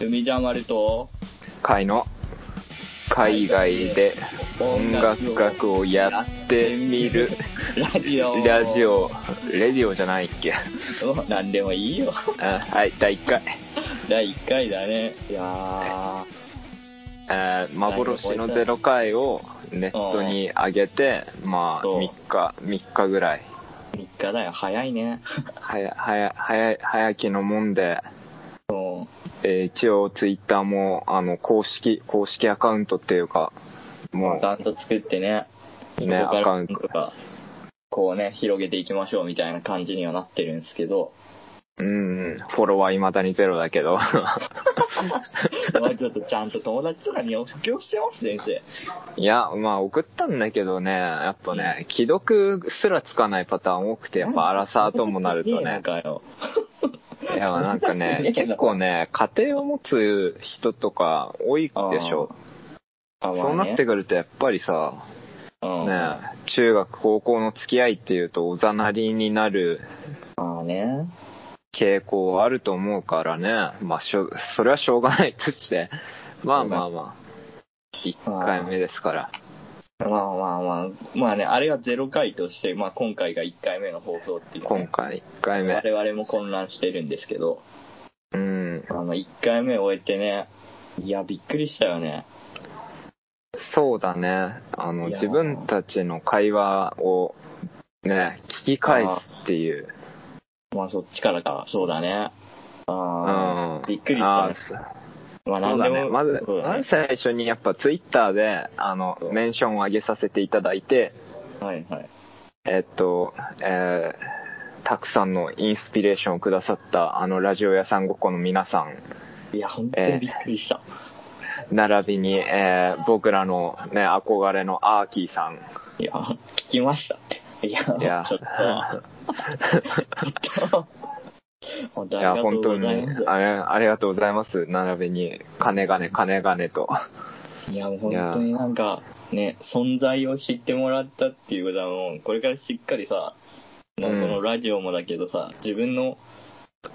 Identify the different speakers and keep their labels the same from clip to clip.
Speaker 1: 海じゃまると
Speaker 2: 海の海外で音楽学をやってみる
Speaker 1: ラジオ
Speaker 2: ラジオレディオじゃないっけ
Speaker 1: うん何でもい いよ
Speaker 2: あはい第1回
Speaker 1: 第1回だねいや
Speaker 2: えー幻のゼロ回をネットに上げてまあ
Speaker 1: そう
Speaker 2: 3日3日ぐらい
Speaker 1: ー3日だよ早いね
Speaker 2: はやはや早い早きのもんで、
Speaker 1: そ
Speaker 2: えー一応ツイッターもあの公式公式アカウントっていうか
Speaker 1: う
Speaker 2: も
Speaker 1: アカウント作ってね
Speaker 2: ね
Speaker 1: ここから
Speaker 2: アカウント
Speaker 1: なんとかこうね広げていきましょうみたいな感じにはなってるんですけ ど
Speaker 2: ううんフォロワーいまだにゼロだけ ど
Speaker 1: まあちょっとちゃんと友達とかにお布教してます先生
Speaker 2: いやまあ送ったんだけどねやっぱね既読すらつかないパターン多くてやっぱアラサーともなると
Speaker 1: な
Speaker 2: ね
Speaker 1: んかよ
Speaker 2: いやなんかね結構ね家庭を持つ人とか多いでしょ
Speaker 1: あまあね
Speaker 2: そうなってくるとやっぱりさ
Speaker 1: うん
Speaker 2: ね中学高校の付き合いっていうとおざなりになる
Speaker 1: まあね
Speaker 2: 傾向はあると思うからねまあしょそれはしょうがないと してまあまあまあ1回目ですから
Speaker 1: まあまあまあ、まあね、あれは0回として、まあ今回が1回目の放送っていう、
Speaker 2: 今回1回目
Speaker 1: 我々も混乱してるんですけど、
Speaker 2: うん
Speaker 1: あの1回目終えてね、いや、びっくりしたよね。
Speaker 2: そうだねあの
Speaker 1: いやー
Speaker 2: 自分たちの会話をね聞き返すっていう
Speaker 1: まあそっちからか、そうだね。ああ、
Speaker 2: うん
Speaker 1: びっくりしたね
Speaker 2: あー
Speaker 1: まあ
Speaker 2: そうだね。まず、
Speaker 1: そうだ
Speaker 2: ま
Speaker 1: ね
Speaker 2: ず最初にやっぱツイッターで、あの
Speaker 1: そう、
Speaker 2: メンションを上げさせていただいて、
Speaker 1: はいはい。
Speaker 2: えっと、えーたくさんのインスピレーションをくださった、あの、ラジオ屋さんごっこの皆さん、
Speaker 1: いや、本当にびっくりした。
Speaker 2: 並びに、えー僕らのね、憧れのアーキーさん。
Speaker 1: いや、聞きましたって。いや、
Speaker 2: いや
Speaker 1: ちょっ と、ちょっと、本当あ
Speaker 2: いや、
Speaker 1: りがと
Speaker 2: 本
Speaker 1: う
Speaker 2: 当
Speaker 1: ご
Speaker 2: に、
Speaker 1: ざいます。
Speaker 2: あれ、ありがとうございます。並びに、金金金金と。
Speaker 1: いや、もう本当になんか、ね、存在を知ってもらったっていうことはもう、これからしっかりさ、まあ
Speaker 2: うん
Speaker 1: このラジオもだけどさ、自分の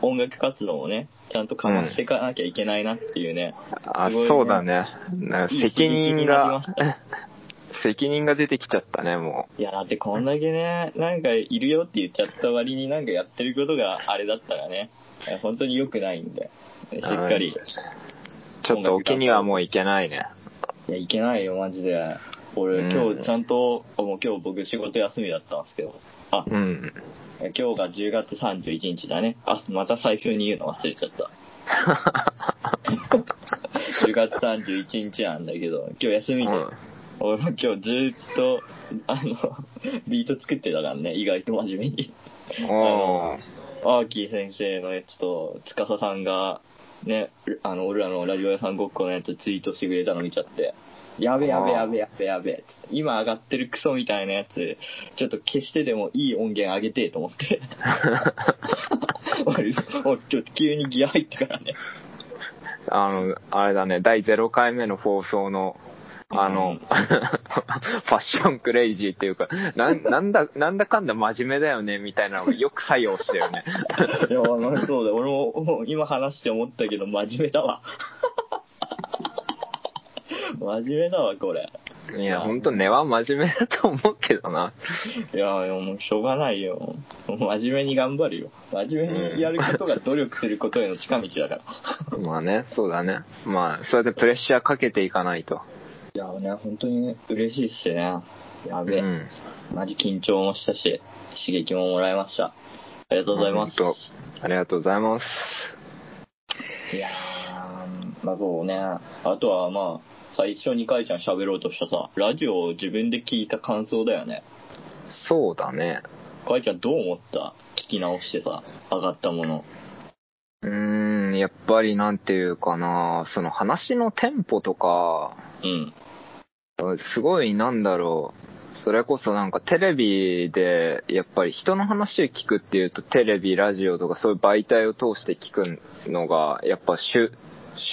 Speaker 1: 音楽活動をね、ちゃんとかましていかなきゃいけないなっていうね。
Speaker 2: あ、
Speaker 1: すごいね
Speaker 2: そうだね。なんか
Speaker 1: いい刺激
Speaker 2: 責任
Speaker 1: になりま
Speaker 2: が
Speaker 1: し、
Speaker 2: 責任が出てきちゃったね、もう。
Speaker 1: いや、だってこんだけね、なんかいるよって言っちゃった割になんかやってることがあれだったらね、いや本当に良くないんで、しっかり。
Speaker 2: ちょっと沖にはもう行けないね。
Speaker 1: いや、いけないよ、マジで。
Speaker 2: う
Speaker 1: 俺、
Speaker 2: ん
Speaker 1: 今日ちゃんと、もう今日僕仕事休みだったんですけど、あ、
Speaker 2: うん。
Speaker 1: え今日が10月31日だね。あ、また最初に言うの忘れちゃった。10月31日なんだけど、今日休みで、俺も今日ずっと、あの、ビート作ってたからね、意外と真面目に。
Speaker 2: うん、おー
Speaker 1: アーキー先生のやつと、司さんが、ね、あの、俺らのラジオ屋さんごっこのやつツイートしてくれたの見ちゃって、やべやべやべやべやべって、今上がってるクソみたいなやつ、ちょっと消してでもいい音源上げてと思って。俺、俺ちょっと急にギア入ったからね。
Speaker 2: あの、あれだね、第0回目の放送の、あの、
Speaker 1: うん
Speaker 2: ファッションクレイジーっていうか、なんなんだ、なんだかんだ真面目だよね、みたいなのがよく作用したよね。
Speaker 1: いや、まあそうだ、俺ももう今話して思ったけど、真面目だわ。真面目だわ、これ。
Speaker 2: いや、ほんと根は真面目だと思うけどな。
Speaker 1: いや、いやもうしょうがないよ。もう真面目に頑張るよ。真面目にやることが努力することへの近道だから。
Speaker 2: まあね、そうだね。まあ、それでプレッシャーかけていかないと。
Speaker 1: いや、ね、本当に嬉しいっすね。や
Speaker 2: う
Speaker 1: べえ、
Speaker 2: ん。
Speaker 1: マジ緊張もしたし、刺激ももらいました。ありがとうございます。
Speaker 2: ほんとありがとうございます。
Speaker 1: いやー、まあそうね。あとはまあ、最初にかいちゃん喋ろうとしたさ、ラジオを自分で聞いた感想だよね。
Speaker 2: そうだね。
Speaker 1: かいちゃんどう思った聞き直してさ、上がったもの。
Speaker 2: うーん、やっぱりなんていうかな、その話のテンポとか、
Speaker 1: うん。
Speaker 2: すごいなんだろう、それこそなんかテレビで、やっぱり人の話を聞くっていうと、テレビ、ラジオとかそういう媒体を通して聞くのが、やっぱ主、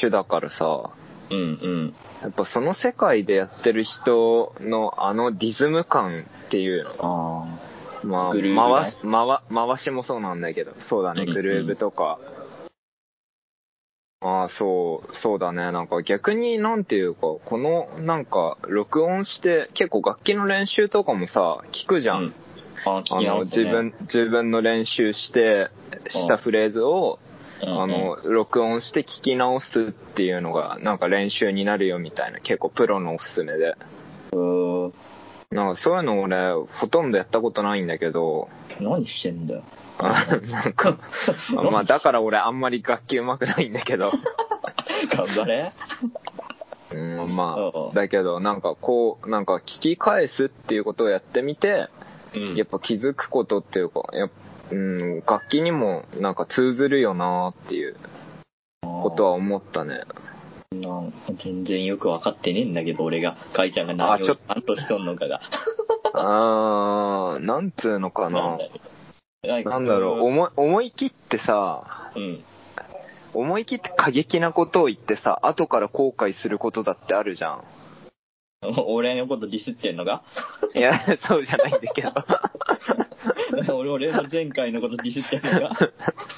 Speaker 2: 主だからさ、
Speaker 1: うんうん。
Speaker 2: やっぱその世界でやってる人のあのリズム感っていうの
Speaker 1: あ
Speaker 2: まあ、
Speaker 1: グルーヴね
Speaker 2: 回し、回、回しもそうなんだけど、そうだね、
Speaker 1: うん
Speaker 2: グルーブとか、ああ、そう、そうだね。なんか逆になんていうか、このなんか録音して結構楽器の練習とかもさ、聞くじゃん。
Speaker 1: うんあ、聞
Speaker 2: あ
Speaker 1: き
Speaker 2: の、
Speaker 1: 直す
Speaker 2: 自
Speaker 1: ね、
Speaker 2: 分、自分の練習して、したフレーズを、
Speaker 1: うんうん
Speaker 2: あの、録音して聞き直すっていうのが、なんか練習になるよみたいな、結構プロのおすすめで。
Speaker 1: う
Speaker 2: なんかそういうの俺、ほとんどやったことないんだけど、
Speaker 1: ーん何してんだよ。
Speaker 2: あな んか、あまあだから俺あんまり楽器上手くないんだけ ど、
Speaker 1: 頑張れ。
Speaker 2: うん、ま
Speaker 1: うん
Speaker 2: あ、だけどなんかこう、なんか聞き返すっていうことをやってみて、
Speaker 1: うん
Speaker 2: やっぱ気づくことっていうか、やっうん、楽器にもなんか通ずるよなっていうことは思ったね。
Speaker 1: なん全然よく分かってねえんだけど、俺が、かいちゃんが何
Speaker 2: あ
Speaker 1: を
Speaker 2: ちょっ
Speaker 1: ちゃんとしとんのかが。
Speaker 2: あー、なんつうのかな。なんだろう、思い思い切ってさ、
Speaker 1: う、うん。
Speaker 2: 思い切って過激なことを言ってさ、後から後悔することだってあるじゃん。
Speaker 1: 俺のことディスってんのか
Speaker 2: いや、 そうじゃないんだけど。
Speaker 1: 俺、俺の前回のことディスってんのか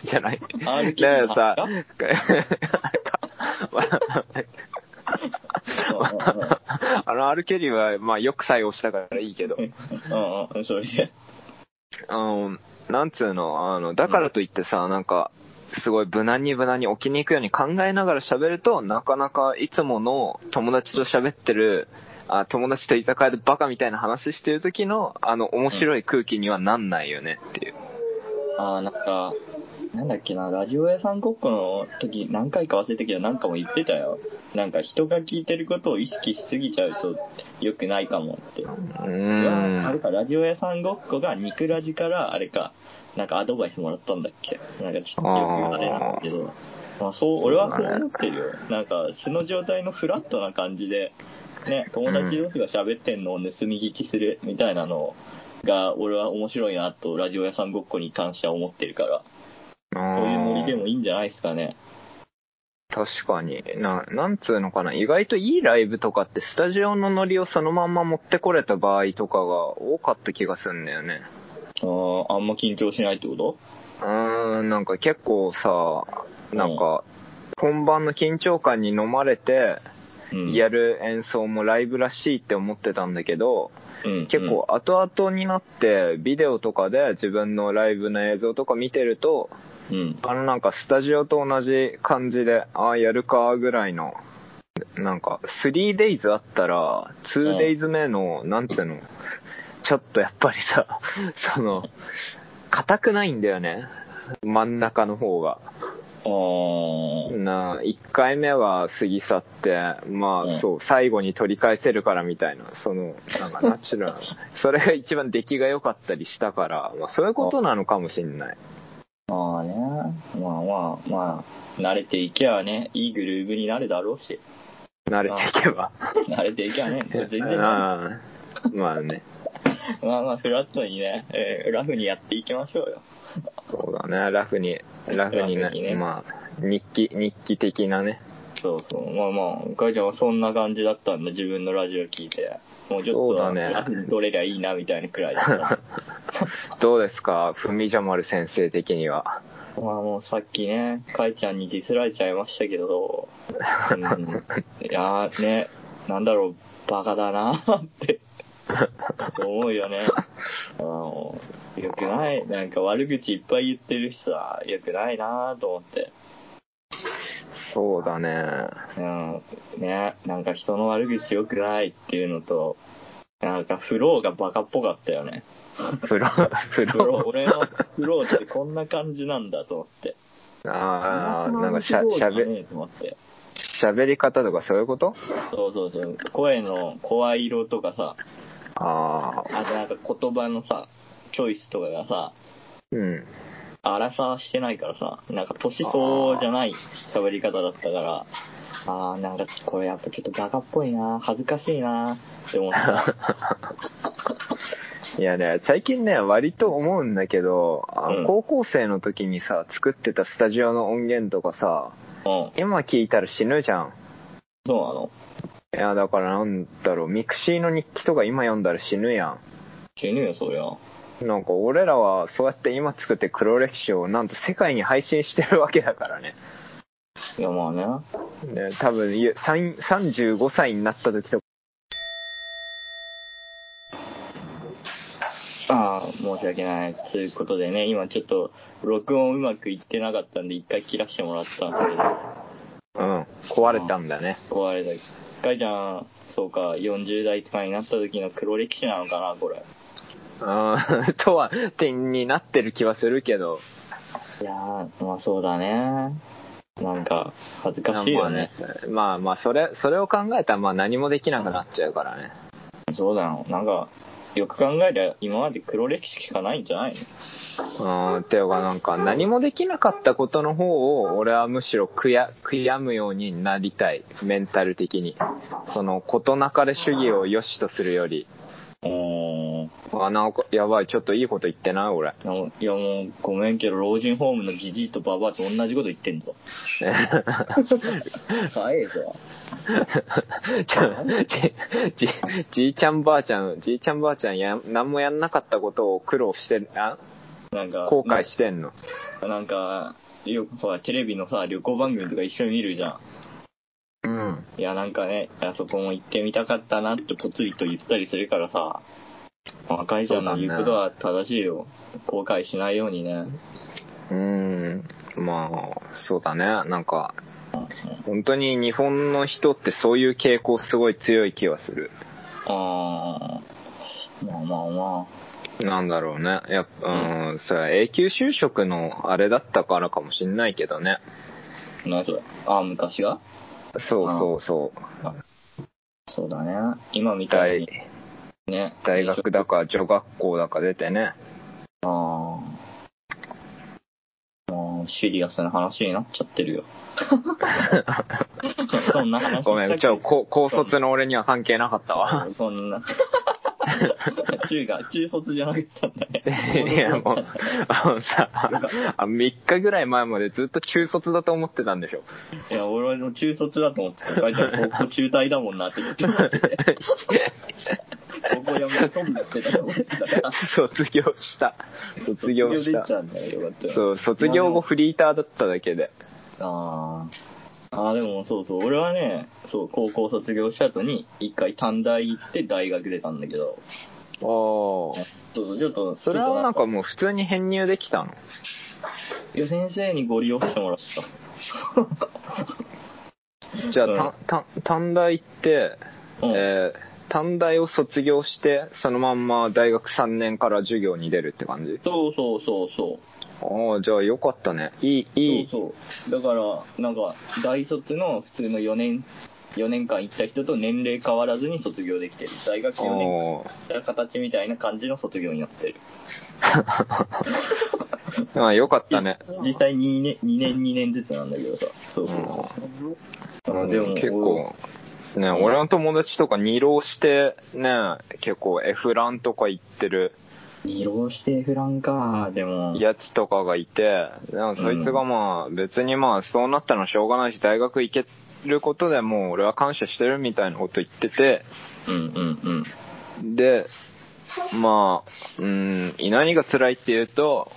Speaker 2: じゃない。
Speaker 1: 歩き
Speaker 2: だ
Speaker 1: あ
Speaker 2: から さ、あの、歩けりは、まあ、よく作用したからいいけど、
Speaker 1: うんうん、それで。
Speaker 2: あの、なんつうの、あの、だからといってさ、なんか、すごい無難に無難に置きに行くように考えながら喋ると、なかなかいつもの友達と喋ってる、あ友達と居酒屋でバカみたいな話してる時の、あの、面白い空気にはなんないよねっていう。
Speaker 1: あーなんか、なんだっけな、ラジオ屋さんごっこの時何回か忘れたけど、なんかも言ってたよ。なんか人が聞いてることを意識しすぎちゃうと良くないかもって。
Speaker 2: う
Speaker 1: あ
Speaker 2: ー
Speaker 1: れ
Speaker 2: ん。
Speaker 1: か、ラジオ屋さんごっこが肉ラジから、あれか、なんかアドバイスもらったんだっけなんかちょっと記憶があれなんだけど、まあそう、俺はそう思ってるよ。なんか素の状態のフラットな感じで、ね、友達同士が喋ってんのを盗み聞きするみたいなのが、俺は面白いなと、ラジオ屋さんごっこに関しては思ってるから、そういうノリでもいいんじゃないですかね。
Speaker 2: 確かに。な、なんつうのかな。意外といいライブとかって、スタジオのノリをそのまんま持ってこれた場合とかが多かった気がするんだよね。
Speaker 1: あーあんま緊張しないってこと
Speaker 2: うーん、なんか結構さ、なんか、本番の緊張感に飲まれて、
Speaker 1: うん。
Speaker 2: やる演奏もライブらしいって思ってたんだけど、
Speaker 1: うん、
Speaker 2: 結構後々になって、ビデオとかで自分のライブの映像とか見てると、
Speaker 1: うん、うん。
Speaker 2: あのなんかスタジオと同じ感じで、ああ、やるかぐらいの、なんか 3days あったら、2days 目の、なんていうの、ちょっとやっぱりさ、 その、硬くないんだよね。真ん中の方が。
Speaker 1: あー
Speaker 2: なあ、1回目は過ぎ去って、ま
Speaker 1: うん
Speaker 2: あそう、最後に取り返せるからみたいな、その、なんかナチュラルな。 それが一番出来が良かったりしたから、まあそういうことなのかもしんない。
Speaker 1: まあね、まあまあまあ、慣れていけばね、いいグルーブになるだろうし、
Speaker 2: 慣れていけば。
Speaker 1: 慣れていけばね、全然まあ
Speaker 2: ああまあね
Speaker 1: まあフラットにね、えーラフにやっていきましょうよ。
Speaker 2: そうだねラフにラフに
Speaker 1: ラ
Speaker 2: ね
Speaker 1: フにね
Speaker 2: まあ日記日記的なね
Speaker 1: そうそう、まあまあ、かいちゃんはそんな感じだったんだ、自分のラジオ聞いて。もうちょっと
Speaker 2: そうだね
Speaker 1: ラフに取れりゃいいなみたいなくらいだった。
Speaker 2: どうですかふみじゃまる先生的には
Speaker 1: まあもうさっきね、かいちゃんにディスられちゃいましたけど、うん、いやーね、なんだろう、バカだなーって。思うよね。あの、よくない、なんか悪口いっぱい言ってるしさ、よくないなーと思って。
Speaker 2: そうだね
Speaker 1: うん、ね、なんか人の悪口よくないっていうのと、なんかフローがバカっぽかったよね。
Speaker 2: 風 呂風
Speaker 1: フロー、
Speaker 2: 呂
Speaker 1: 俺のフローってこんな感じなんだと思って。
Speaker 2: ああなんかしゃ
Speaker 1: フロー
Speaker 2: し
Speaker 1: じ
Speaker 2: ゃ
Speaker 1: ゃね
Speaker 2: べ
Speaker 1: えと思って。
Speaker 2: しゃべり方とかそういうこと
Speaker 1: そうそうそう。声の声色とかさ、
Speaker 2: ああ
Speaker 1: あとなんか言葉のさ、チョイスとかがさ、
Speaker 2: うん
Speaker 1: 荒さはしてないからさ、なんか年相応じゃない喋り方だったから、あーなんかこれやっぱちょっとバカっぽいな、恥ずかしいなって思った。
Speaker 2: いやね、最近ね、割と思うんだけど、あの
Speaker 1: うん
Speaker 2: 高校生の時にさ、作ってたスタジオの音源とかさ、
Speaker 1: うん。
Speaker 2: 今聞いたら死ぬじゃん。
Speaker 1: どうなの
Speaker 2: いや、だからなんだろう、ミクシーの日記とか今読んだら死ぬや
Speaker 1: 死ぬよ、そりゃ。
Speaker 2: ん。なんか俺らはそうやって今作って黒歴史をなんと世界に配信してるわけだからね。
Speaker 1: いや、まあね。
Speaker 2: ね、多分ゆさん35歳になった時とか
Speaker 1: ああ、申し訳ない。ということでね、今ちょっと、録音うまくいってなかったんで、一回切らしてもらったんですけど、
Speaker 2: うん壊れたんだね
Speaker 1: 壊れた。かいちゃん、そうか、40代とかになった時の黒歴史なのかな、これ。
Speaker 2: うん とは点になってる気はするけど
Speaker 1: いやー、まあそうだね。なんか、恥ずかしい
Speaker 2: ま
Speaker 1: よ
Speaker 2: あ
Speaker 1: ね。
Speaker 2: まあまあそれそれを考えたらまあ何もできなくなっちゃうからね
Speaker 1: そうだよ。なんか、よく考えりゃ、今まで黒歴史しかないんじゃないの
Speaker 2: うんっていうかなんか何もできなかったことの方を俺はむしろ悔や悔やむようになりたいメンタル的にその事なかれ主義を良しとするより
Speaker 1: おー
Speaker 2: あなんかやばいちょっといいこと言ってない俺
Speaker 1: いや もういやもう、ごめんけど、老人ホームのじじいとばばあと同じこと言ってんぞ。早いぞ。
Speaker 2: ちょじじじいちゃんばあちゃんじいちゃんばあちゃんや何もやんなかったことを苦労してあ
Speaker 1: なんか、
Speaker 2: 後悔してんの
Speaker 1: ななんか、よくほら、テレビのさ、旅行番組とか一緒に見るじゃ
Speaker 2: うん
Speaker 1: ん。いや、なんかね、あそこも行ってみたかったなってぽつりと言ったりするからさ、若いちゃんの言うことは正しいよ。後悔しないようにね。
Speaker 2: うんまあそうだねなんか本当に日本の人ってそういう傾向すごい強い気はする
Speaker 1: あー、まあまあま
Speaker 2: なんだろうねやっぱうんそれは永久就職のあれだったからかもしんないけどね
Speaker 1: あ。なんそれ。あー、昔が
Speaker 2: そうそうそう
Speaker 1: そうだね。今みたい
Speaker 2: 大
Speaker 1: にね。
Speaker 2: 大学だか女学校だか出てね
Speaker 1: あーもうシリアスな話になっちゃって るよ。そんな話
Speaker 2: ごめんちょこ高卒の俺には関係なかったわ
Speaker 1: そんな。 中が、中卒じゃなかったんだね。
Speaker 2: いやもうあのさあ3日ぐらい前までずっと中卒だと思ってたんでしょ
Speaker 1: いや、俺も中卒だと思ってた。会長、高校中退だもんなって言って高校辞めて飛んだってたと思ってたから。
Speaker 2: 卒業した卒業し
Speaker 1: 卒で
Speaker 2: た
Speaker 1: きちゃうんだよ、よかったよ
Speaker 2: そう卒業後フリーターだっただけで
Speaker 1: あーあー、でもそうそう、俺はね、そう、高校卒業した後に、一回短大行って大学出たんだけど、
Speaker 2: ああ
Speaker 1: そうそう、ちょっと、
Speaker 2: それはなんかもう普通に編入できたの
Speaker 1: いや、先生にご利用してもらった。
Speaker 2: じゃあ、たた短大って、
Speaker 1: うん
Speaker 2: えー短大を卒業してそのまんま大学3年から授業に出るって感じ
Speaker 1: そうそうそうそ。
Speaker 2: ああじゃあよかったねいいういい
Speaker 1: そうそう。だから、なんか、大卒の普通の4年、4年間行った人と年齢変わらずに卒業できてる。大学4年
Speaker 2: あ
Speaker 1: 間行った形みたいな感じの卒業になってる。
Speaker 2: あまあよかったね
Speaker 1: 実際2年、2年、2年ずつなんだけどさ。そうそう。あでも、
Speaker 2: 結構ね俺の友達とか二浪してね結構エフランとか行ってる
Speaker 1: 二浪してフランかでも
Speaker 2: やつとかがいてでもそいつがまあ別にまあそうなったのはしょうがないし大学行けることでもう俺は感謝してるみたいなこと言ってて
Speaker 1: うんうん
Speaker 2: でまあうん何が辛いっていうと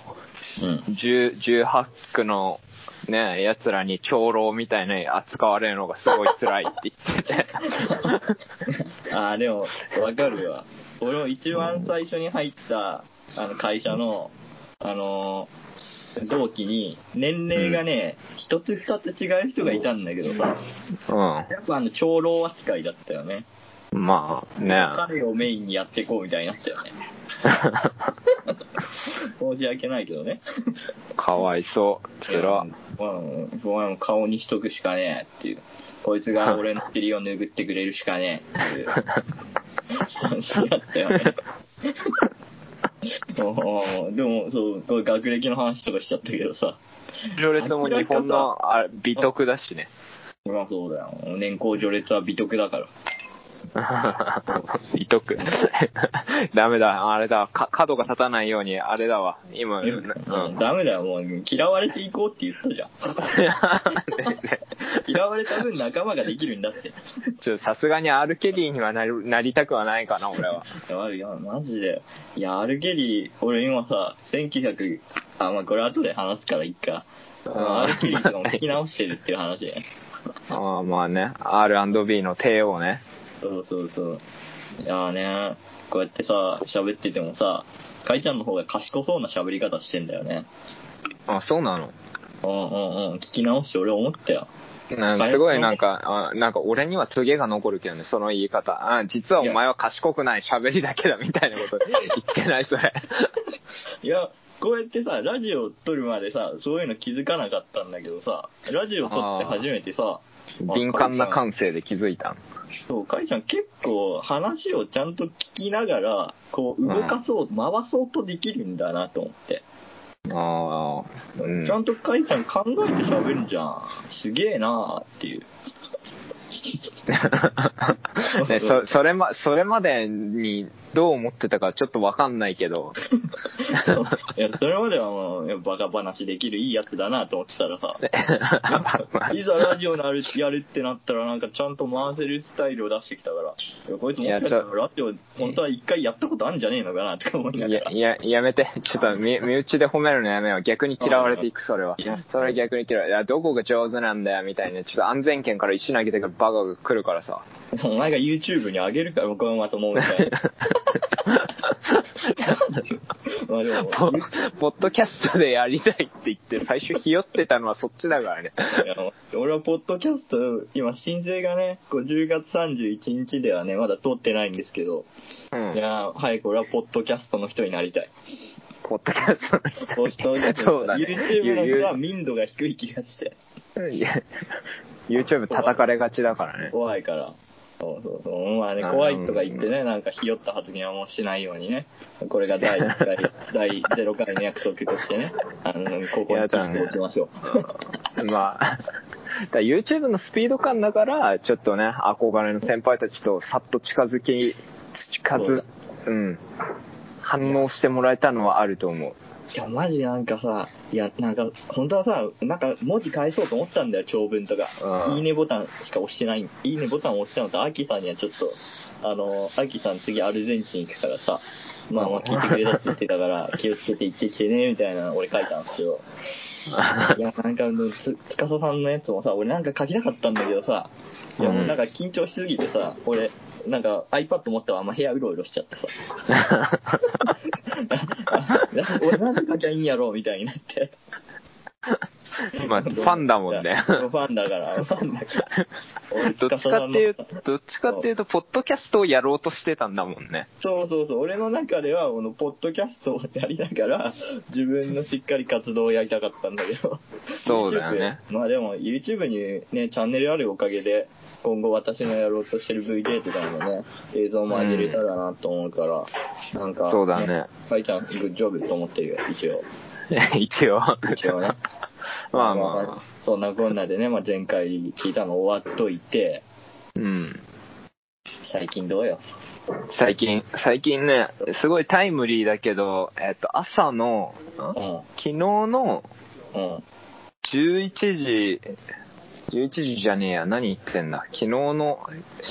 Speaker 1: うん うん
Speaker 2: 10 18区のねやつらに長老みたいに扱われるのがすごい辛いって言ってて
Speaker 1: ああでもわかるわ俺も一番最初に入ったあの会社のあのー同期に年齢がね一、つ二つ違う人がいたんだけどさやっぱあの長老扱いだったよね
Speaker 2: うんま あね
Speaker 1: 彼をメインにやっていこうみたいになったよね 申し訳ないけどね
Speaker 2: かわいそうつら
Speaker 1: いやうんうんごめん顔にしとくしかねえっていうこいつが俺の尻を拭ってくれるしかねえっていう感じだったよね もうでもそうこれ学歴の話とかしちゃったけどさ
Speaker 2: 序列も日本のあ美徳だしね
Speaker 1: まあそうだよ年功序列は美徳だから
Speaker 2: 美徳 ダメだあれだか角が立たないようにあれだわ今、うん、
Speaker 1: うんダメだよもう嫌われていこうって言ったじゃん 嫌われた分仲間ができるんだって
Speaker 2: ちょさすがに R ケリーにはなりなりたくはないかな俺は
Speaker 1: いや、いやマジで。いや、アルゲリー、俺今さ、1900、あ、まあ、これ後で話すからいいか。あの RQ とかも聞き直してるっていう話ね。
Speaker 2: ああ、まあね、R&B の帝王ね。
Speaker 1: そうそうそう。いやーね、こうやってさ、喋っててもさ、かいちゃんの方が賢そうな喋り方してんだよね。
Speaker 2: あ、そうなの
Speaker 1: うんうんうん。聞き直して俺思ったよ。
Speaker 2: うん、すごいなんか、あなんか俺にはトゲが残るけどね、その言い方。あ実はお前は賢くない、喋りだけだみたいなこと言ってない、それ。
Speaker 1: いや、こうやってさ、ラジオ撮るまでさ、そういうの気づかなかったんだけどさ、ラジオ撮って初めてさ、あ
Speaker 2: 敏感な
Speaker 1: かい
Speaker 2: 感性で気づいたん。
Speaker 1: ちゃんそう、かいちゃん結構話をちゃんと聞きながら、こう動かそう、回そうとできるんだなと思って。
Speaker 2: ああ、う
Speaker 1: ちゃ
Speaker 2: ん。
Speaker 1: んとかいちゃん考えて喋るじゃん。すげえなー っていう。
Speaker 2: ね、そそれま、それまでにどう思ってたかちょっとわかんないけど、
Speaker 1: いや、それまではもう、バカ話できるいいやつだなと思ってたら さ、いざラジオなるやるってなったら、なんかちゃんと回せるスタイルを出してきたから、いやこいつもしかしたら
Speaker 2: いやち
Speaker 1: ラジオ、本当は一回やったことあるんじゃねえのかなとか思い
Speaker 2: い
Speaker 1: な
Speaker 2: や、
Speaker 1: がら。
Speaker 2: や、やめて。ちょっと、み身内で褒めるのやめよう。逆に嫌われていく、それは。それは逆に嫌われいや、どこが上手なんだよ、みたいな。ちょっと安全圏から石投げてくるバカが来るから さ。
Speaker 1: お前が YouTube に上げるから、僕もまともみたい な。 まあでも、
Speaker 2: ポポッドキャストでやりたいって言って、最初ひよってたのはそっちだからね。
Speaker 1: いや俺はポッドキャスト、今、申請がね、こう10月31日ではね、まだ通ってないんですけど、
Speaker 2: う
Speaker 1: い
Speaker 2: ん。
Speaker 1: やー、早く俺はポッドキャストの人になりたい。
Speaker 2: ポッドキャストの人
Speaker 1: ポッドキャス
Speaker 2: そ
Speaker 1: ト、
Speaker 2: うだね
Speaker 1: YouTube の人は民度が低い気がして、
Speaker 2: いや YouTube 叩かれがちだからね。
Speaker 1: 怖いから。そうそうそう。まあね、
Speaker 2: うん
Speaker 1: 怖いとか言ってね、なんかひよった発言はもうしないようにね。これが第1回、 第0回の約束としてね、あの、ここに記しておきましょ
Speaker 2: まあ、だから YouTube のスピード感だから、ちょっとね、憧れの先輩たちとさっと近づき、近
Speaker 1: そう
Speaker 2: づ
Speaker 1: だ、
Speaker 2: うん、反応してもらえたのはあると思う。
Speaker 1: う。いや、マジなんかさ、いや、なんか、本当はさ、なんか文字返そうと思ったんだよ、長文とか。
Speaker 2: うん
Speaker 1: いいねボタンしか押してない、いいねボタンを押したのと、アキさんにはちょっと、あの、アキさん次アルゼンチン行くからさ、まあまあ聞いてくれたって言ってたから、気をつけて行ってきてね、みたいなの俺書いたんですけど。いや、なんかあの、つ、つかささんのやつもさ、俺なんか書きなかったんだけどさ、いやもうなんか緊張しすぎてさ、俺、なんか iPad 持ったまま部屋うろうろしちゃってさ、 あ俺なんで書きゃいいんやろ、みたいになって。
Speaker 2: まあ、ファンだもんね。
Speaker 1: そうファンだから、ファンだから。俺
Speaker 2: どっちかっていう
Speaker 1: 司さんの、
Speaker 2: どっちかっていうと、ポッドキャストをやろうとしてたんだもんね。
Speaker 1: そうそうそう、俺の中では、この、ポッドキャストをやりながら、自分のしっかり活動をやりたかったんだけど。
Speaker 2: そうだよね
Speaker 1: YouTube まあでも、YouTube にね、チャンネルあるおかげで、今後私のやろうとしてる VJ とかのね、映像も上げれたらなと思うから、なんか、
Speaker 2: そうだね。
Speaker 1: かいちゃん、グッジョブと思ってるよ、一応。
Speaker 2: 一応。
Speaker 1: 一応ね。
Speaker 2: まあまあまあ。
Speaker 1: そんなこんなでね、まあ、前回聞いたの終わっといて、
Speaker 2: うん。
Speaker 1: 最近どうよ。
Speaker 2: 最近、最近ね、すごいタイムリーだけど、えっと、朝の、ん
Speaker 1: うん。
Speaker 2: 昨日の
Speaker 1: うん。
Speaker 2: 11時、11時じゃねえや、何言ってんだ。昨日の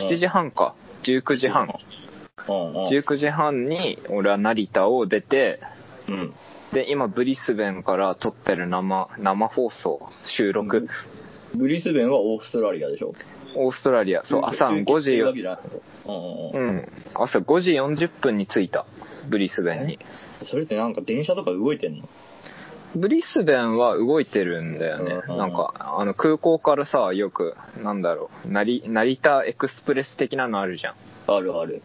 Speaker 2: 7時半か、19時半、
Speaker 1: うん。うん。
Speaker 2: 19時半に俺は成田を出て、
Speaker 1: うん。
Speaker 2: で、今ブリスベンから撮ってる生、生放送、収録、
Speaker 1: うんブリスベンはオーストラリアでしょ
Speaker 2: オーストラリア、そう、朝の5時
Speaker 1: よ。
Speaker 2: よ
Speaker 1: うん、うんう。
Speaker 2: うんん、朝5時40分に着いた、ブリスベンに。
Speaker 1: それってなんか電車とか動いてんの
Speaker 2: ブリスベンは動いてるんだよね。
Speaker 1: うん
Speaker 2: なんか、あの、空港からさ、よく、なんだろう、成成田エクスプレス的なのあるじゃん。
Speaker 1: あるある。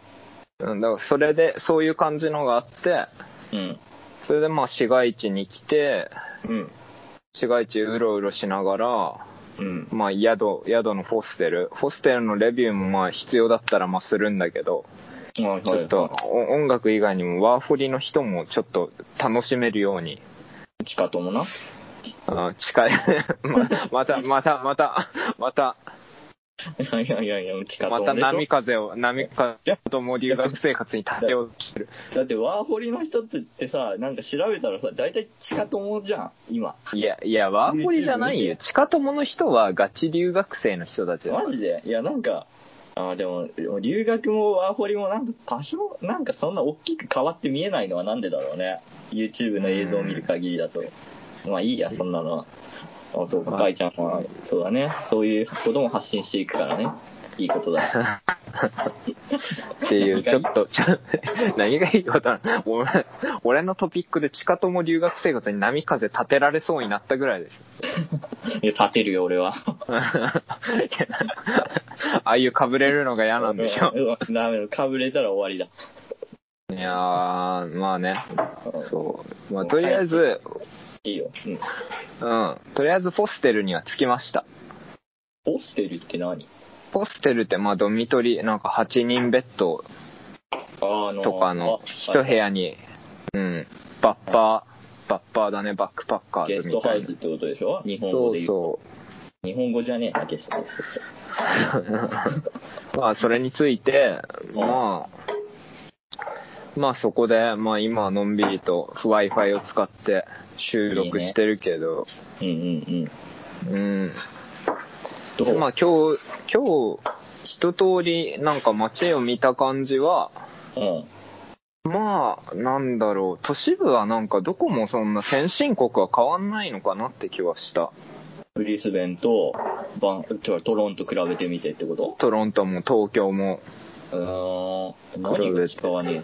Speaker 2: うん、だからそれで、そういう感じのがあって、
Speaker 1: うん。
Speaker 2: それでまあ市街地に来て、
Speaker 1: うん。
Speaker 2: 市街地うろうろしながら、
Speaker 1: うん。
Speaker 2: まあ宿、宿のホステル、ホステルのレビューもまあ必要だったらまあするんだけど、
Speaker 1: はい
Speaker 2: ち
Speaker 1: はい
Speaker 2: ょっとお音楽以外にもワーホリの人もちょっと楽しめるように、
Speaker 1: 地下ともな。
Speaker 2: あ近い、ままた、また、また、また、
Speaker 1: いやいやいや、地下ともで
Speaker 2: ま
Speaker 1: しょ。
Speaker 2: た波風を、波風ともう留学生活に立てようとしてる。
Speaker 1: だってワーホリの人ってさ、なんか調べたらさ、大体地下ともじゃん、今。
Speaker 2: いや、いや、ワーホリじゃないよ。地下友の人はガチ留学生の人たちだよ
Speaker 1: マジでいや、なんか、あーでも、でも留学もワーホリもなんか多少、なんかそんな大きく変わって見えないのはなんでだろうね。YouTube の映像を見る限りだと。まあいいや、そんなのは。あ、そうか、
Speaker 2: まあ
Speaker 1: かいちゃんは、そうだね。そういうことも発信していくからね。いいこと だ。
Speaker 2: っていう、ちょっと、ちょ、何がいいことなの俺、俺のトピックで近友留学生活に波風立てられそうになったぐらいでしょ。
Speaker 1: いや、立てるよ、俺は。
Speaker 2: ああいう被れるのが嫌なんでしょ。
Speaker 1: うんダメだ、かぶれたら終わ
Speaker 2: いやー、まあね。
Speaker 1: りだ。
Speaker 2: そう。まあ、とりあえず、
Speaker 1: いいよ。うん。
Speaker 2: うん。とりあえず、フォステルには着きました。
Speaker 1: ホステルって何
Speaker 2: ホステルって、まあ、ドミトリ、なんか8人ベッド
Speaker 1: あの
Speaker 2: とかの一部屋に、うん、バッパー、バッパーだね、バックパッカ
Speaker 1: あゲ
Speaker 2: ーズ
Speaker 1: スト
Speaker 2: み
Speaker 1: ハ
Speaker 2: たい
Speaker 1: ウ
Speaker 2: な
Speaker 1: スっ。てことでしょ日本語
Speaker 2: そ
Speaker 1: で
Speaker 2: う
Speaker 1: 言う。
Speaker 2: そ
Speaker 1: 日本語じゃねえな、ゲストハウスって。
Speaker 2: う。まあ、それについて、
Speaker 1: ん
Speaker 2: まあ、まあそこで、まあ今はのんびりと Wi-Fi を使って収録してるけど、
Speaker 1: うんうんうん。
Speaker 2: うん。
Speaker 1: ど
Speaker 2: で
Speaker 1: う、
Speaker 2: まあ今日、今日、一通りなんか街を見た感じは、
Speaker 1: うん。
Speaker 2: まあ、なんだろう、都市部はなんかどこもそんな先進国は変わんないのかなって気はした。
Speaker 1: ブリスベンとバン違うトロンと比べてみてってこと
Speaker 2: トロントも東京も。
Speaker 1: うーん。何が使わね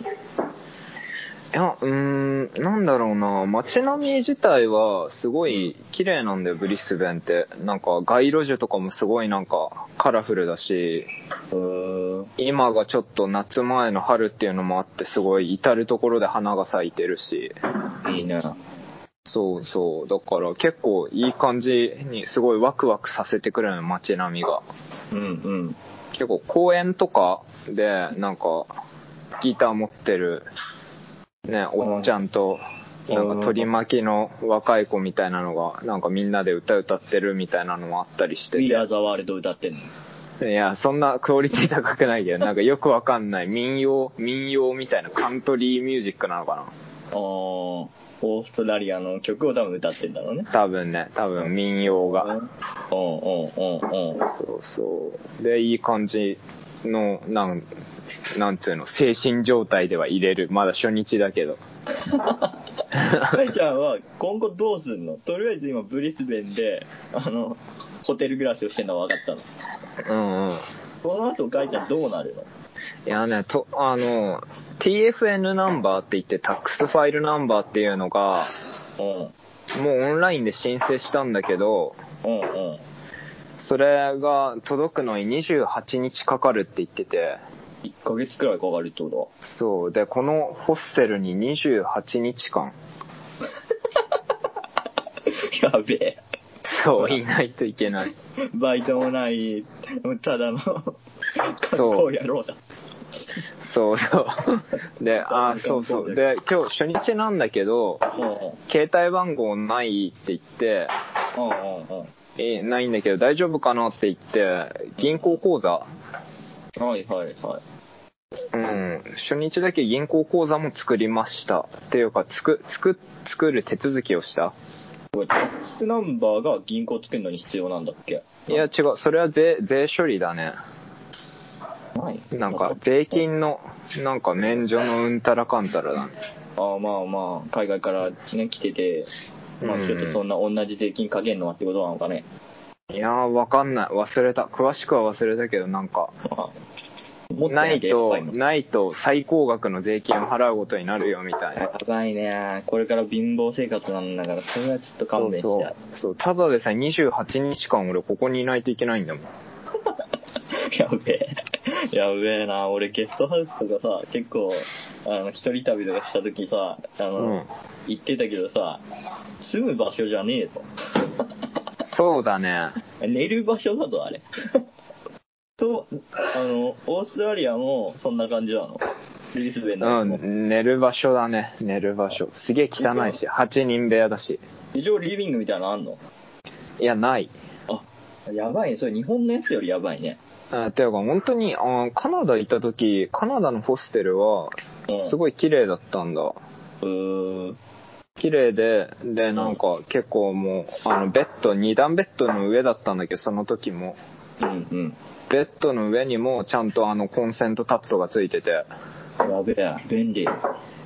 Speaker 2: いや、うーん、なんだろうな、街並み自体はすごい綺麗なんだよ、ブリスベンって。なんか街路樹とかもすごいなんかカラフルだし、
Speaker 1: えのうーん。
Speaker 2: 今がちょっと夏前の春っていうのもあって、すごい至る所で花が咲いてるし。
Speaker 1: いいね。
Speaker 2: そうそう。だから結構いい感じにすごいワクワクさせてくれるの街並みが。
Speaker 1: うんうん。
Speaker 2: 結構公園とかでなんかギター持ってるね、おっちゃんと
Speaker 1: うん
Speaker 2: なんか取り巻きの若い子みたいなのがなんかみんなで歌歌ってるみたいなのもあったりして
Speaker 1: We
Speaker 2: て
Speaker 1: are the world 歌ってんの。
Speaker 2: いや、そんなクオリティ高くないけど、なんかよくわかんない民謡、民謡みたいなカントリーミュージックなのかな
Speaker 1: あーオーストラリアの曲を多分歌ってんだろうね。
Speaker 2: 多分ね、多分民謡
Speaker 1: うん
Speaker 2: が。
Speaker 1: うんうんうんうん。
Speaker 2: そうそう。で、いい感じの、なん、なんつうの、精神状態では入れる。まだ初日だけど。
Speaker 1: かいちゃんは今後どうすんのとりあえず今ブリスベンで、あの、ホテル暮らしをしてんのは分かったの。
Speaker 2: うんうん。
Speaker 1: この後かいちゃんどうなるの
Speaker 2: いやね、と、あの、TFN ナンバーって言って、タックスファイルナンバーっていうのが、
Speaker 1: うん。
Speaker 2: もうオンラインで申請したんだけど、
Speaker 1: うんうん。
Speaker 2: それが届くのに28日かかるって言ってて、
Speaker 1: 1ヶ月くらいかかるってこ
Speaker 2: そう。で、このホステルに28日間、
Speaker 1: と やべえ。
Speaker 2: そう、いないといけない。
Speaker 1: バイトもない、ただの
Speaker 2: そう
Speaker 1: こうやろうだ。
Speaker 2: そう そう。で、あ、そうそう。で、今日初日なんだけど、
Speaker 1: うんうん
Speaker 2: 携帯番号ないって言って、
Speaker 1: うんうんうん。
Speaker 2: えないんだけど大丈夫かなって言って、銀行口座
Speaker 1: はいはいはい。
Speaker 2: うん、初日だけ銀行口座も作りました。っていうか、つく、つく、作る手続きをした。
Speaker 1: これ、タックスナンバーが銀行作るのに必要なんだっけ
Speaker 2: いや、違う、それは税、税処理だね。
Speaker 1: ない
Speaker 2: なんか、税金の、なんか免除のうんたらかんたらだね。
Speaker 1: ああまあまあ、海外からね、来てて、まあちょっとそんな同じ税金かけんのはってことなのかね。
Speaker 2: いやー、わかんない。忘れた。詳しくは忘れたけど、なんか、
Speaker 1: まあ持って
Speaker 2: ない
Speaker 1: きゃ
Speaker 2: と
Speaker 1: やっ、ぱり
Speaker 2: ないと最高額の税金を払うことになるよ、みたい
Speaker 1: や
Speaker 2: な。
Speaker 1: ばいね。これから貧乏生活なんだから、それはちょっと
Speaker 2: そ
Speaker 1: 勘
Speaker 2: う
Speaker 1: 弁して
Speaker 2: そう。そう、ただでさえ28日間俺ここにいないといけないんだもん。
Speaker 1: やべえ。やべえな。俺、ゲストハウスとかさ、結構、あの、一人旅とかした時さ、あの、
Speaker 2: うん
Speaker 1: 行ってたけどさ、住む場所じゃねえと。
Speaker 2: そうだね。
Speaker 1: 寝る場所だぞ、あれ。 と、あの、オーストラリアもそんな感じなの。ブリスベン
Speaker 2: う
Speaker 1: の。
Speaker 2: ん、寝る場所だね。寝る場所。すげえ汚いし、8人部屋だし。
Speaker 1: 一応リビングみたいなのあんの
Speaker 2: いや、ない。
Speaker 1: あ、やばいね。それ日本のやつよりやばいね。
Speaker 2: あていうか、本当に、あカナダ行った時、カナダのホステルは、
Speaker 1: うん。
Speaker 2: す
Speaker 1: い。
Speaker 2: ごい綺麗だったんだ。
Speaker 1: うーん。
Speaker 2: 綺麗で、で、なんか、結構もう、あの、ベッド、二段ベッドの上だったんだけど、その時も。
Speaker 1: うん
Speaker 2: ベッドの上にも、ちゃんとあの、コンセントタップがついてて。
Speaker 1: うん。やべえ。便利。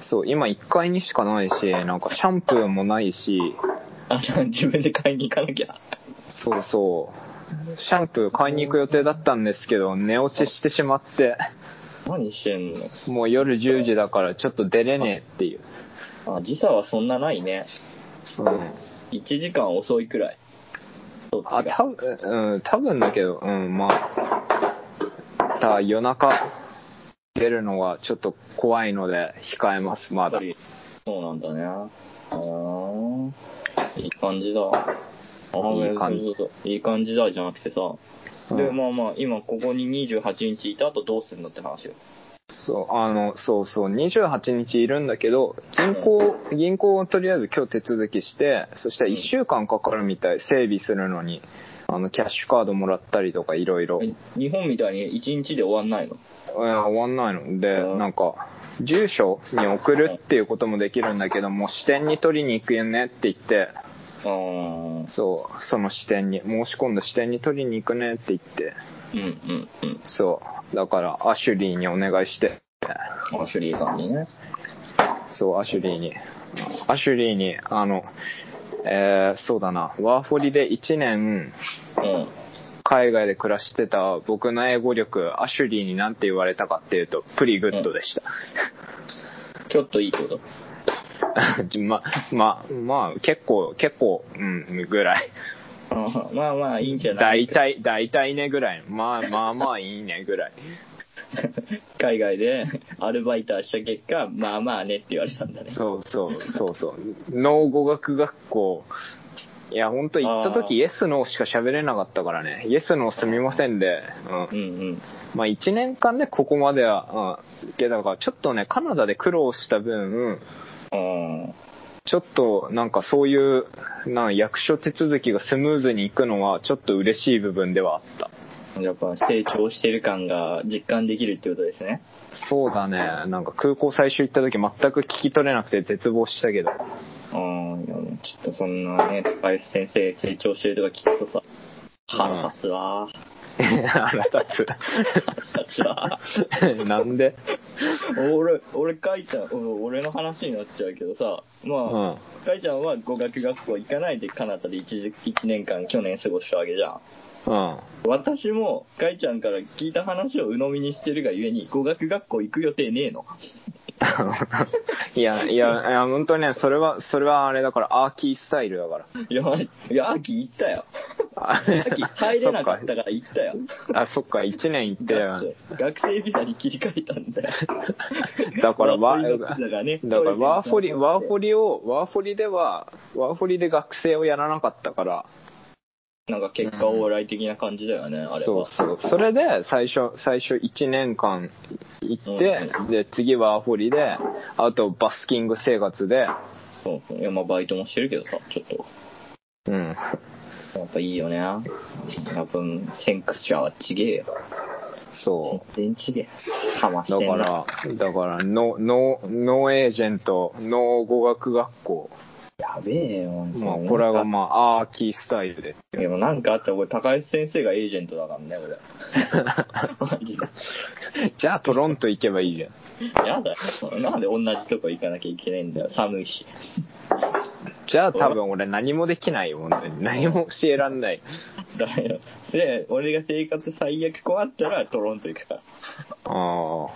Speaker 2: そう、今1階にしかないし、なんか、シャンプーもないし、
Speaker 1: あの、自分で買いに行かなきゃ。
Speaker 2: そうそう。シャンプー買いに行く予定だったんですけど、寝落ちしてしまって、
Speaker 1: 何してんの
Speaker 2: もう夜10時だからちょっと出れねえっていう。
Speaker 1: あ、時差はそんなないね。
Speaker 2: うん。
Speaker 1: 1時間遅いくらい。どっちが
Speaker 2: あ、多分、うん、多分だけど、うん、まあ、ただ夜中出るのはちょっと怖いので控えます、ま
Speaker 1: やっぱ
Speaker 2: だ。
Speaker 1: りそうなんだね。あーいい感じだ。あー
Speaker 2: いい感じ
Speaker 1: そうそうそういい感じだじゃなくてさ。で、まあまあ、今ここに28日いた後どうするのって話よ。
Speaker 2: そう、あの、そうそう、28日いるんだけど、銀行、銀行をとりあえず今日手続きして、そしたら1週間かかるみたい、整備するのに。あの、キャッシュカードもらったりとかいろいろ。い
Speaker 1: 日本みたいに1日で終わんないの。
Speaker 2: や終わんないので、
Speaker 1: うん
Speaker 2: なんか、住所に送るっていうこともできるんだけど、もう支店に取りに行くよねって言って、
Speaker 1: ああ、
Speaker 2: そう、その支店に、申し込んだ支店に取りに行くねって言って、
Speaker 1: うんうんうん。
Speaker 2: そう、だからアシュリーにお願いして、
Speaker 1: アシュリーさんにね。
Speaker 2: そう、アシュリーに。アシュリーに、あの、えーそうだな、ワーホリで1年、
Speaker 1: うん。
Speaker 2: 海外で暮らしてた僕の英語力、アシュリーに何て言われたかっていうと、プリグッドでした。
Speaker 1: ちょっといいってこと。
Speaker 2: ま、ま、まあ、結構、結構、うん、ぐらい。
Speaker 1: あーまあまあ、いいんじゃない
Speaker 2: 大体、大体ねぐらい。まあまあまあいいねぐらい。
Speaker 1: 海外でアルバイタした結果、まあまあねって言われたんだね。
Speaker 2: そうそう、そうそう。脳語学学校。いや、ほんと行った時、イエス、ノーしか喋れなかったからね。イエス、ノーすみませんで。うん
Speaker 1: うんうん。
Speaker 2: まあ、1年間でここまでは、うん、いけたから、ちょっとね、カナダで苦労した分、
Speaker 1: あ
Speaker 2: ちょっとなんかそういう、なん役所手続きがスムーズにいくのは、ちょっと嬉しい部分ではあった。
Speaker 1: あ、やっぱ成長してる感が実感できるってことですね。
Speaker 2: そうだね、なんか空港最初行った時、全く聞き取れなくて絶望したけど、
Speaker 1: ああ、いやちょっとそんなね、高橋先生成長してるとか聞くとさ、腹立つわ。
Speaker 2: 腹立
Speaker 1: 腹立つわ。
Speaker 2: つ。なんで
Speaker 1: 俺、俺、かいちゃん、うん俺の話になっちゃうけどさ、
Speaker 2: う
Speaker 1: ま
Speaker 2: ん。
Speaker 1: あ、かいちゃんは語学学校行かないでカナダで 1, 1年間去年過ごしたわけじゃん。
Speaker 2: うん。
Speaker 1: 私も、かいちゃんから聞いた話を鵜呑みにしてるがゆえに、語学学校行く予定ねえの。
Speaker 2: いや、いや、いや本当にね、それは、それはあれだから、アーキースタイルだから。
Speaker 1: いや、いや、秋行った よ。
Speaker 2: あ
Speaker 1: 秋入れなかったから行ったよ。
Speaker 2: あ、そっか、1年行って
Speaker 1: だって学生ビザに切り替えたんだよ。
Speaker 2: だから
Speaker 1: まあ
Speaker 2: ワ
Speaker 1: そう
Speaker 2: ー、
Speaker 1: いうのがね
Speaker 2: だからワーホリ、
Speaker 1: そういうのが
Speaker 2: ワーホリを、ワーホリでは、ワーホリで学生をやらなかったから、
Speaker 1: なんか結果往来的な感じだよね、あれ
Speaker 2: そ
Speaker 1: は
Speaker 2: う。そう。それで、最初、最初1年間行って、で、次ワーホリで、あとバスキング生活で、
Speaker 1: そうそういや、まあバイトもしてるけどさ、ちょっ
Speaker 2: うん。
Speaker 1: と。やっぱいいよね。やっぱ、センクスチャーはちげえよ。
Speaker 2: そう。
Speaker 1: 全然ちげえ。かまし
Speaker 2: だ
Speaker 1: てんな
Speaker 2: か。ら、だから、ノ、ノ、ノーエージェント、ノー語学学校。
Speaker 1: やべえよ、
Speaker 2: まあ、これがまあ、アーキースタイルで。
Speaker 1: でもなんかあったら、俺、高橋先生がエージェントだからね、俺。マジで。
Speaker 2: じゃあ、トロント行けばいいじゃん。
Speaker 1: やだよ。なんで同じとこ行かなきゃいけないんだよ。寒いし。
Speaker 2: じゃあ、多分俺何もできないよ、本当に。何も教えらんない。
Speaker 1: だよ。で、俺が生活最悪困ったら、トロント行くから。
Speaker 2: あ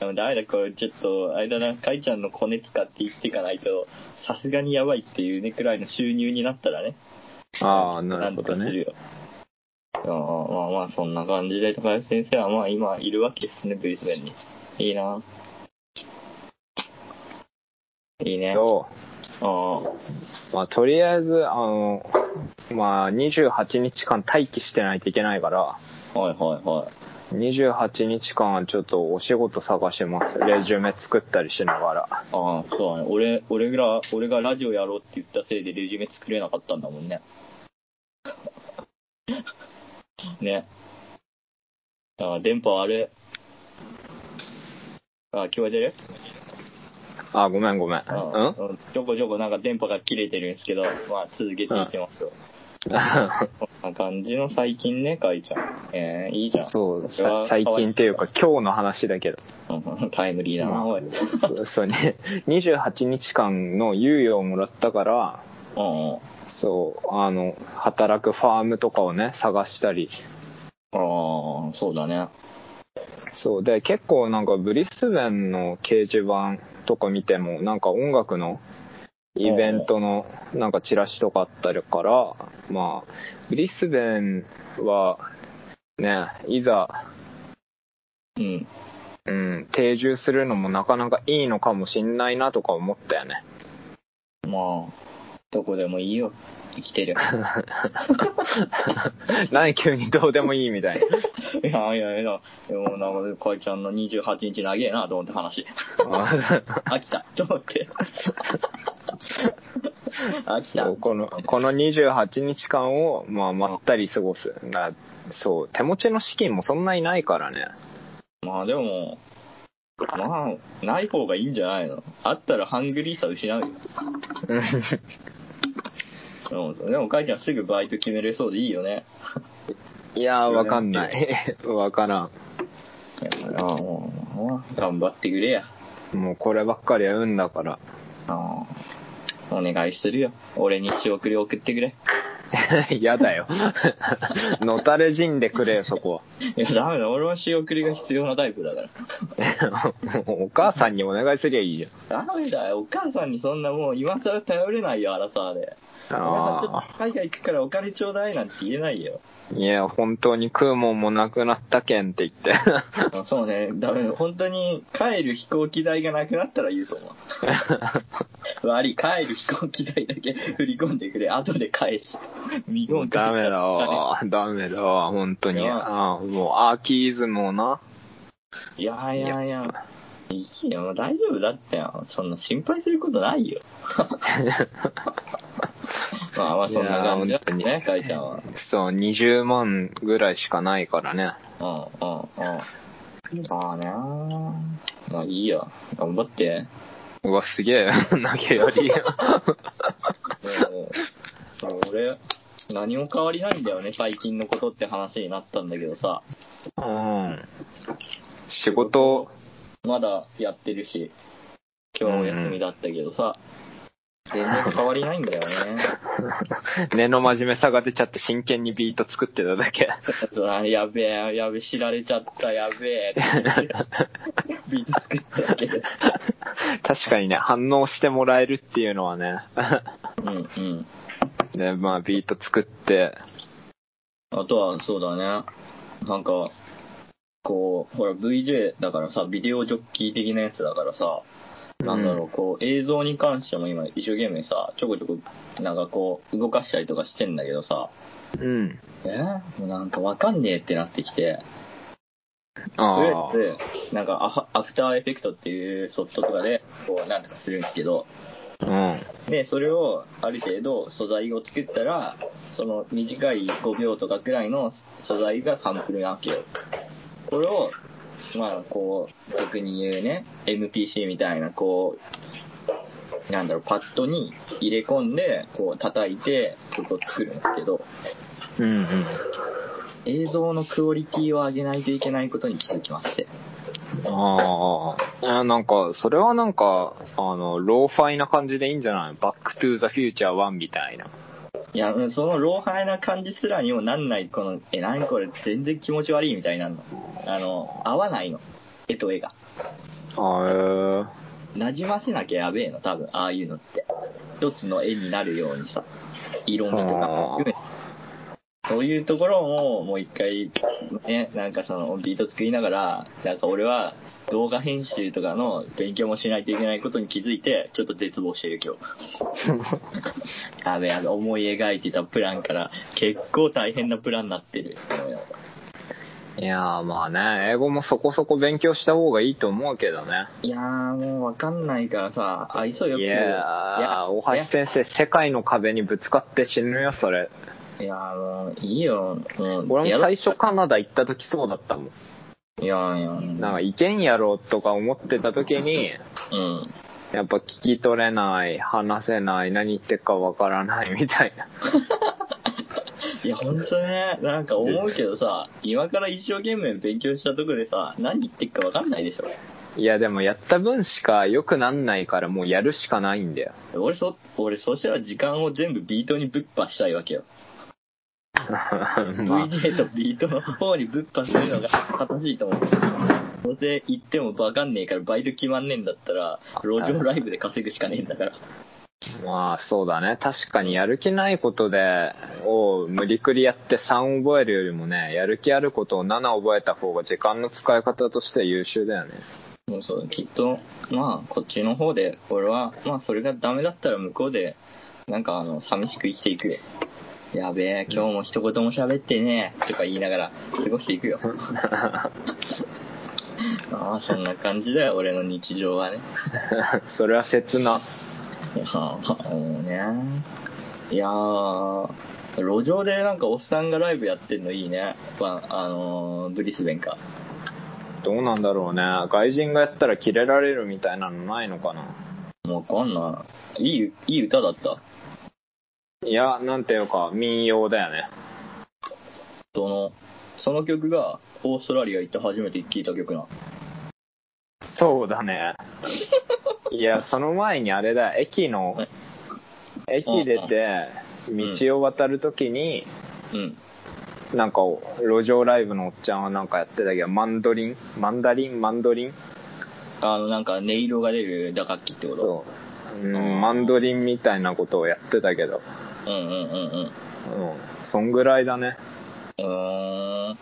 Speaker 1: でもダメだ、これちょっと、あれだな、かいちゃんのコネ使って生きていかないと、さすがにやばいっていうねくらいの収入になったらね、
Speaker 2: あ。ああ、なるほ
Speaker 1: とか
Speaker 2: ど
Speaker 1: する
Speaker 2: ね。
Speaker 1: よ。ああまあまあ、そんな感じで、高橋先生はまあ今いるわけですね、ブリスベンに。いいな。いいね。あ
Speaker 2: そ
Speaker 1: あ、
Speaker 2: う。まあ、とりあえず、あの、まあ、28日間待機してないといけないから、
Speaker 1: はいはいはい。
Speaker 2: 28日間はちょっとお仕事探します。レジュメ作ったりしながら。
Speaker 1: ああ、そうだね。俺、俺が、俺がラジオやろうって言ったせいでレジュメ作れなかったんだもんね。 ね。だから電波あれ。あ、聞こえてる
Speaker 2: あ、ごめんごめん。
Speaker 1: あ
Speaker 2: うん
Speaker 1: うんちょこちょこなんか電波が切れてるんですけど、まあ続けていきますよ。こんな感じの最近ね、かいちゃん。ええいいじゃん。
Speaker 2: そう、
Speaker 1: それは
Speaker 2: さ最近っていうか今日の話だけど。
Speaker 1: うんタイムリーだな、おい。
Speaker 2: そうね、28日間の猶予をもらったから、
Speaker 1: うんうん。
Speaker 2: そう、あの、働くファームとかをね、探したり。
Speaker 1: ああ、そうだね。
Speaker 2: そう、で、結構なんかブリスベンの掲示板とか見ても、なんか音楽のイベントのなんかチラシとかあったりから、まあ、ブリスベンは、ね、いざ、
Speaker 1: うん。
Speaker 2: うん、定住するのもなかなかいいのかもしんないなとか思ったよね。
Speaker 1: まあ、どこでもいいよ。生きてる。
Speaker 2: 何急にどうでもいいみたいな。
Speaker 1: いやいやいや、でもなんか、かいちゃんの28日長えなと思って話。飽きたと思って。飽きた。
Speaker 2: そう このこの28日間を、まあ、まったり過ごすなそう手持ちの資金もそんなにないからね
Speaker 1: まあでも、まあ、ない方がいいんじゃないのあったらハングリーさ失うよ。うんでも、かいちゃんすぐバイト決めれそうでいいよね。
Speaker 2: いやーわかんない わから
Speaker 1: いやいやもうもう頑張ってくれや。
Speaker 2: んもうこればっかりは運だから
Speaker 1: ああお願いするよ。俺に仕送り送ってくれ。
Speaker 2: やだよ のたれ死んでく れよそこ
Speaker 1: いや、ダメだ。俺は仕送りが必要なタイプだから。
Speaker 2: はもうお母さんにお願いすりゃいいよ
Speaker 1: ダメだよ。お母さんにそんなもう今更頼れないよ、アラサーで。俺だっ
Speaker 2: あ
Speaker 1: て海外行くからお金ちょうだいなんて言えないよ。
Speaker 2: ーいや本当に食うもんもなくなったけんって言って
Speaker 1: あそうね。ダメだ。本当に帰る飛行機代がなくなったら言うと思 う。悪い。帰る飛行機代だけ振り込んでくれ。後で返す。 見込んで
Speaker 2: ダメだ わ、ダメだわ、本当に。
Speaker 1: いや
Speaker 2: ああもう、アーキーズもな。
Speaker 1: いやいやいや。いいよ。もう大丈夫だったよ。そんな心配することないよ。 まあまあそんな感じだった
Speaker 2: いや
Speaker 1: ね、かいちゃんは。
Speaker 2: そう、20万ぐらいしかないからね。
Speaker 1: うんうんうん。まあねまあいいよ。頑張って。
Speaker 2: うわ、すげえ、 投げやりや。
Speaker 1: でも俺、何も変わりないんだよね、最近のことって話になったんだけどさ。
Speaker 2: うん。仕事、
Speaker 1: まだやってるし、今日はお休みだったけどさ。全然変わりないんだよね。
Speaker 2: 根の真面目さが出ちゃって真剣にビート作ってただけ。
Speaker 1: あ やべえ、やべえ、知られちゃった、やべえ。 ビート作っただけで。
Speaker 2: 確かにね、反応してもらえるっていうのはね。
Speaker 1: うんうん。
Speaker 2: ね、まあ、ビート作って、
Speaker 1: あとは、そうだね。なんか、こう、ほら VJ だからさ、ビデオジョッキー的なやつだからさ、なんだろう、こう、映像に関しても今一生懸命さ、ちょこちょこ、なんかこう、動かしたりとかしてんだけどさ、
Speaker 2: うん。
Speaker 1: えーもうなんかわかんねえってなってきて、とりあ
Speaker 2: ああ。
Speaker 1: えず、なんかアフアフターエフェクトっていうソフトとかで、こう、なんとかするんですけど、
Speaker 2: うん。
Speaker 1: で、それをある程度素材を作ったら、その短い5秒とかくらいの素材がサンプルなわけよ。これを、まあ、こう、俗に言うね、MPC みたいな、こう、なんだろう、パッドに入れ込んで、こう叩いて曲を作るんですけど、
Speaker 2: うんうん。
Speaker 1: 映像のクオリティを上げないといけないことに気づきまして。
Speaker 2: ああ、えーなんか、それはなんか、あの、ローファイな感じでいいんじゃないバックトゥーザフューチャー1みたいな。
Speaker 1: いや、その老廃な感じすらにもなんない、この、え、何これ、全然気持ち悪いみたいになるの。あの、合わないの。絵と絵が。
Speaker 2: あ
Speaker 1: 馴染ませなきゃやべえの、多分、ああいうのって。一つの絵になるようにさ、色味とか含めて。そういうところも、もう一回、ね、なんかその、ビート作りながら、なんか俺は、動画編集とかの勉強もしないといけないことに気づいて、ちょっと絶望してる今 日。やべえ、あの思い描いてたプランから、結構大変なプランになってる。
Speaker 2: え。いやーまあね、英語もそこそこ勉強した方がいいと思うけどね。
Speaker 1: いやー、もうわかんないからさ、愛想よく。
Speaker 2: いやー、大橋先生、世界の壁にぶつかって死ぬよ、それ。
Speaker 1: いやー、もういいよ。もう
Speaker 2: 俺
Speaker 1: や
Speaker 2: も
Speaker 1: ろ
Speaker 2: 最初カナダ行った時そうだったもん。
Speaker 1: いやいや、
Speaker 2: なんか、いけんやろとか思ってた時に、
Speaker 1: うん。
Speaker 2: やっぱ聞き取れない、話せない、何言ってるかわからないみたいな。
Speaker 1: いや、ほんとね、なんか思うけどさ、今から一生懸命勉強したとこでさ、何言ってっかわかんないでしょ。
Speaker 2: いやでもやった分しか良くなんないからもうやるしかないんだよ。
Speaker 1: 俺そ、俺そしたら時間を全部ビートにぶっぱしたいわけよ。
Speaker 2: まあ、
Speaker 1: VJ とビートの方にぶっぱするのが正しいと思う。どうせ行ってもわかんねえからバイト決まんねえんだったら、路上ライブで稼ぐしかねえんだから。
Speaker 2: まあそうだね。確かにやる気ないことで、を無理くりやって3覚えるよりもね、やる気あることを7覚えた方が時間の使い方としては優秀だ よね。
Speaker 1: そうそう、きっと、まあ、こっちの方で、俺は、まあ、それがダメだったら向こうで、なんか、あの、寂しく生きていくよ。やべえ、今日も一言も喋ってねえ、とか言いながら過ごしていくよ。ああ、そんな感じだよ、俺の日常はね。
Speaker 2: それは切な。
Speaker 1: はあ、もうね。いやー、路上でなんかおっさんがライブやってんのいいね。まあ、あのーブリスベンか。
Speaker 2: どうなんだろうね。外人がやったらキレられるみたいなのないのかな。
Speaker 1: もうこんない。いい、いい歌だった。
Speaker 2: いや、なんていうか、民謡だよね。
Speaker 1: その、その曲が、オーストラリア行って初めて聴いた曲な。
Speaker 2: そうだね。いや、その前にあれだ、駅の
Speaker 1: はい、
Speaker 2: 駅出て、道を渡るときに、
Speaker 1: うん。
Speaker 2: なんか、路上ライブのおっちゃんはなんかやってたけど、マンドリンマンダリンマンドリン
Speaker 1: あの、なんか音色が出る打楽器ってこと
Speaker 2: そう。うん、マンドリンみたいなことをやってたけど、
Speaker 1: う。うんうんうん
Speaker 2: うん、そんぐらいだね。
Speaker 1: うん。うーん。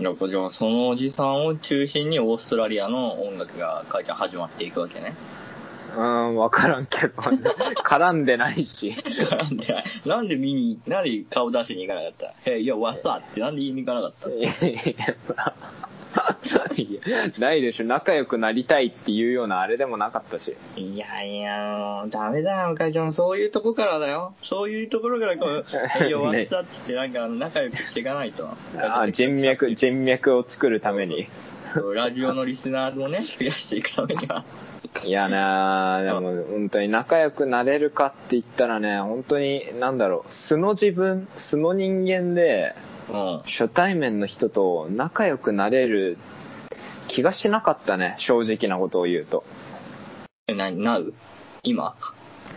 Speaker 1: やっぱじゃあ、そのおじさんを中心にオーストラリアの音楽が、かいちゃん始まっていくわけね。
Speaker 2: うん、わからんけど、 絡んでないし。
Speaker 1: なんで、なんで見に、なんで顔出しに行かなかったえ、いや、わっさってなんで言いに行かなかった
Speaker 2: いやいやないでしょ仲良くなりたいっていうようなあれでもなかったし
Speaker 1: いやいや、もうダメだよ、会長もそういうとこからだよ。そういうところからこう、
Speaker 2: ね
Speaker 1: 弱ったって言って、なんかあの仲良くしていかない と。
Speaker 2: あ人脈人脈を作るために
Speaker 1: ラジオのリスナーもね、増やしていくためには。
Speaker 2: いやねでも本当に仲良くなれるかって言ったらね本当になんだろう素の自分素の人間で
Speaker 1: うん。
Speaker 2: 初対面の人と仲良くなれる気がしなかったね正直なことを言うと
Speaker 1: え、な、なう今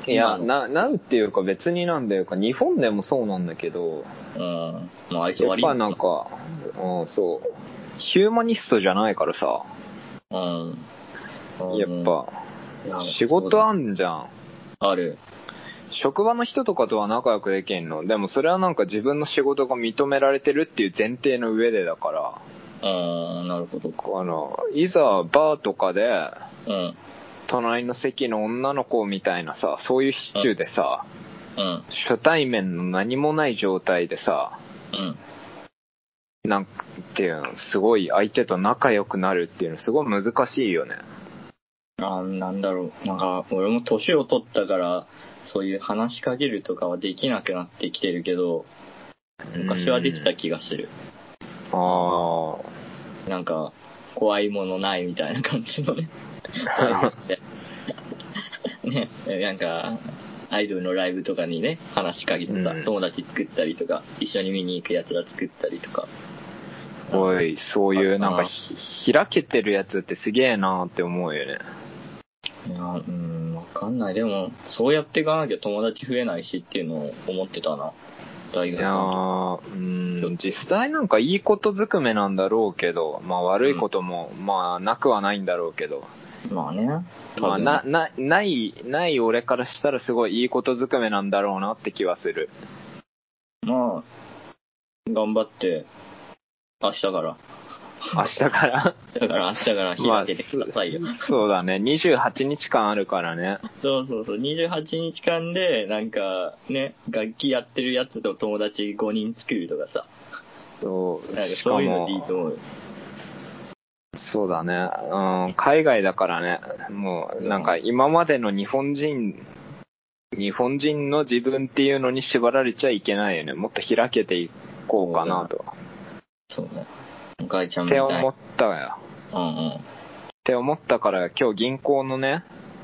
Speaker 2: い
Speaker 1: 今
Speaker 2: や
Speaker 1: の
Speaker 2: ななうっていうか別になんだよか日本でもそうなんだけど
Speaker 1: うん。もう相性
Speaker 2: やっ
Speaker 1: 悪い。
Speaker 2: ぱなんか、うん、そう、ヒューマニストじゃないからさ、
Speaker 1: うん。うん
Speaker 2: やっ、ぱ、
Speaker 1: いや
Speaker 2: 仕事あんじゃん。
Speaker 1: ある。
Speaker 2: 職場の人とかとは仲良くできんの。でもそれはなんか自分の仕事が認められてるっていう前提の上でだから、
Speaker 1: うん、なるほどか。
Speaker 2: あの、いざバーとかで、
Speaker 1: うん。
Speaker 2: 隣の席の女の子みたいなさ、そういうシチューでさ、
Speaker 1: うん。
Speaker 2: 初対面の何もない状態でさ、
Speaker 1: うん。
Speaker 2: なんていうの、すごい相手と仲良くなるっていうのすごい難しいよね。
Speaker 1: あなんだろう、なんか、俺も年を取ったから、そういう話しかけるとかはできなくなってきてるけど、昔はできた気がする。
Speaker 2: ああ、
Speaker 1: なんか、怖いものないみたいな感じの ね。ね、なんか、アイドルのライブとかにね、話しかけてさ、
Speaker 2: うん
Speaker 1: 友達作ったりとか、一緒に見に行くやつら作ったりとか。
Speaker 2: すごい、そういうなん
Speaker 1: あ
Speaker 2: かひ開けてるやつってすげえなーって思うよね。
Speaker 1: いや、うん、わかんない。でも、そうやっていかなきゃ友達増えないしっていうのを思ってたな。大
Speaker 2: い
Speaker 1: 学
Speaker 2: や
Speaker 1: の
Speaker 2: ーうん、実際なんかいいことずくめなんだろうけど、まあ悪いことも、まあなくはないんだろうけど、
Speaker 1: 時。まあね。
Speaker 2: まあな、な、ない、ない俺からしたらすごいいいことずくめなんだろうなって気はする。
Speaker 1: まあ、頑張って、明日から、
Speaker 2: 明日から。
Speaker 1: だから明日から
Speaker 2: まあ
Speaker 1: 開けてくださいよ。
Speaker 2: そうだね、28日間あるからね。
Speaker 1: そうそうそう、28日間で、なんか、ね、楽器やってるやつと友達5人作るとかさ、
Speaker 2: そう、
Speaker 1: なんか
Speaker 2: しか
Speaker 1: そういうのでいい
Speaker 2: も、
Speaker 1: と思うよ。
Speaker 2: そうだね、うん、海外だからね、もうなんか今までの日本人、日本人の自分っていうのに縛られちゃいけないよね、もっと開けていこうかなと、
Speaker 1: そうね。お母ちゃん
Speaker 2: っ
Speaker 1: みた
Speaker 2: て
Speaker 1: い
Speaker 2: 思ったよ。
Speaker 1: うん
Speaker 2: って思ったから、今日銀行のね、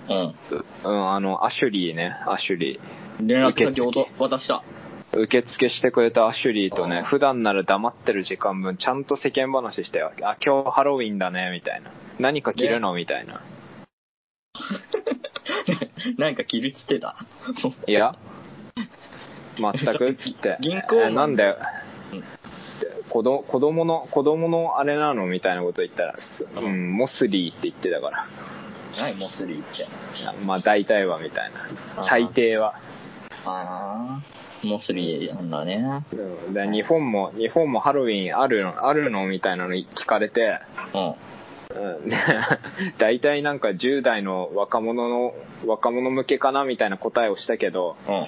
Speaker 1: うん。
Speaker 2: ううん、あの、アシュリーね、アシュリー。
Speaker 1: うん。連絡
Speaker 2: 受
Speaker 1: 先
Speaker 2: 付
Speaker 1: を渡した。
Speaker 2: 受付してくれたアシュリーと
Speaker 1: う
Speaker 2: ね
Speaker 1: ん、
Speaker 2: 普段なら黙ってる時間分、ちゃんと世間話したよ。あ、今日ハロウィンだね、みたいな。何か着るのみたいな。
Speaker 1: なんか着るっつってた。
Speaker 2: いや、全くっつって。
Speaker 1: 銀行
Speaker 2: えなんだよ
Speaker 1: うん。
Speaker 2: 子供子供の、子供のあれなのみたいなこと言ったら、すうん、モスリーって言ってたから。
Speaker 1: ない、モスリーって。
Speaker 2: まあ大体はみたい
Speaker 1: あ
Speaker 2: な。
Speaker 1: ー
Speaker 2: 大抵は。
Speaker 1: ああ、モスリーなんだね。
Speaker 2: うんで日本も、日本もハロウィンあるの、あるのみたいなの聞かれて、
Speaker 1: うん。
Speaker 2: うんで大体なんか10代の若者の、若者向けかなみたいな答えをしたけど、
Speaker 1: うん。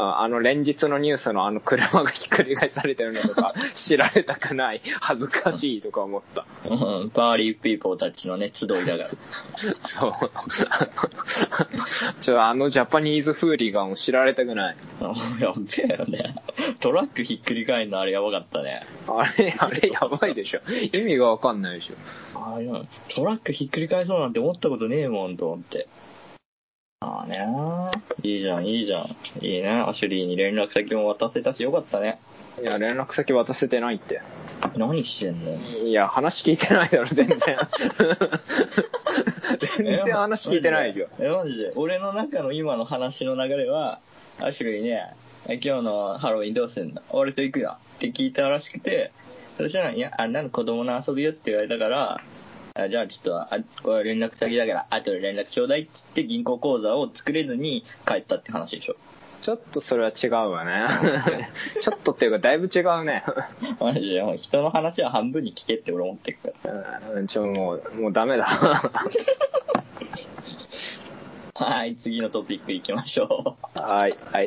Speaker 2: ああの連日のニュースのあの車がひっくり返されてるのとか知られたくない恥ずかしいとか思った
Speaker 1: うん、パーリーピーポーたちのね、集いだから。
Speaker 2: そう ちょっとあのジャパニーズフーリガンを知られたくない
Speaker 1: あ やっべえよね。トラックひっくり返るのあれやばかったね。
Speaker 2: あれあれやばいでしょ意味がわかんないでしょ
Speaker 1: あれなトラックひっくり返そうなんて思ったことねえもんと思って。ああねいいじゃん、いいじゃん。いいね。アシュリーに連絡先も渡せたしよかったね。
Speaker 2: いや連絡先渡せてないって
Speaker 1: 何してんの
Speaker 2: いや話聞いてないだろ全然全然話聞いてないよ
Speaker 1: え、マジで。俺の中の今の話の流れは、アシュリーね、え今日のハロウィンどうすんの俺と行くよって聞いたらしくて、そしたら、いや、あんなの子供の遊びよって言われたから、あじゃあちょっと、あこれ連絡先だから、後で連絡ちょうだいって言って銀行口座を作れずに帰ったって話でしょ。
Speaker 2: ちょっとそれは違うわねちょっとっていうかだいぶ違うね
Speaker 1: マジで、もう人の話は半分に聞けって俺思ってるから。
Speaker 2: うんちょ、もう、もうダメだ。
Speaker 1: はい、次のトピック行きましょ
Speaker 2: はい、 はい。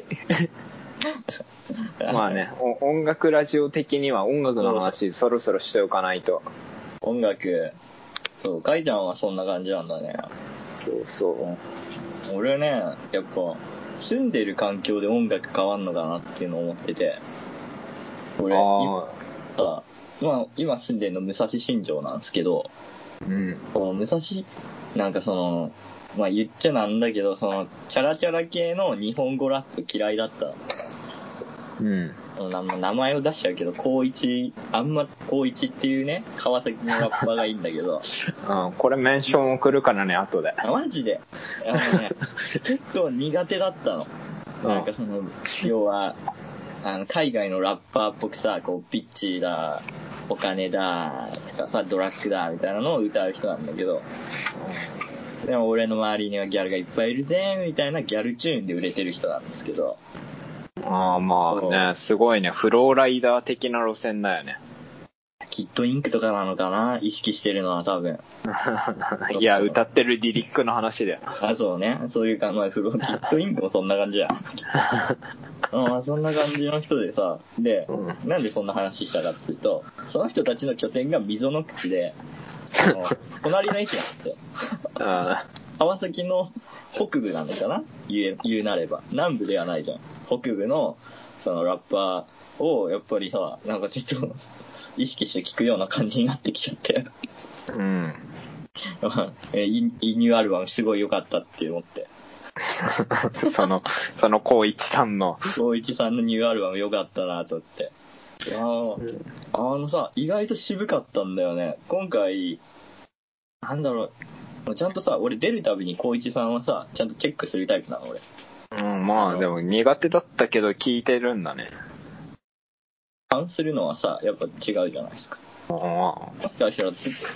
Speaker 1: う。
Speaker 2: まあ。ね、お音楽ラジオ的には音楽の話、そろそろしておかないと。
Speaker 1: 音楽、そう、かいちゃんはそんな感じなんだね。
Speaker 2: そうそう。
Speaker 1: 俺ねやっぱ住んでる環境で音楽変わんのかなっていうのを思ってて俺今
Speaker 2: あ
Speaker 1: さ今今住んでるの武蔵新城なんですけど
Speaker 2: あ、うん。
Speaker 1: この武蔵なんかそのまあ言っちゃなんだけどそのチャラチャラ系の日本語ラップ嫌いだった
Speaker 2: うん。
Speaker 1: あの名前名前を出しちゃうけど高一あんま高一っていうね川崎のラッパーがいいんだけど
Speaker 2: うん、これメンション送るからね、後で。
Speaker 1: あマジであのね結構苦手だったのなんかその、要は、あの、海外のラッパーっぽくさ、こう、ピッチだ、お金だ、とかさ、ドラッグだ、みたいなのを歌う人なんだけど、でも俺の周りにはギャルがいっぱいいるぜ、みたいなギャルチューンで売れてる人なんですけど、
Speaker 2: ああ、まあね、すごいね、フローライダー的な路線だよ ね。
Speaker 1: キッドインクとかなのかな意識してるのは多分。
Speaker 2: いや、歌ってるリリックの話だよ。
Speaker 1: あ、そうね。そういうか、まあ、フロー、キッドインクもそんな感じや。まあ、そんな感じの人でさ、で、
Speaker 2: う
Speaker 1: なんでそんな話したかっていうと、その人たちの拠点が溝の口で、あ の隣の駅なんですよ。
Speaker 2: あ
Speaker 1: 川崎の北部なのかな言う言うなれば。南部ではないじゃん。北部の、そのラッパーを、やっぱりさ、なんかちょっと、意識して聞くような感じになってきちゃって。
Speaker 2: ーうん。
Speaker 1: まあえインイニューアルバムすごい良かったって思って。
Speaker 2: その、その光一さんの。
Speaker 1: 光一さんのニューアルバム良かったなと思って。いやーあのさ、意外と渋かったんだよね。今回、なんだろう、ちゃんとさ、俺出るたびに光一さんはさ、ちゃんとチェックするタイプなの、俺。
Speaker 2: うん、まあでも苦手だったけど聞いてるんだね。
Speaker 1: 関するのはさ、やっぱ違うじゃないですか。
Speaker 2: あ
Speaker 1: だから、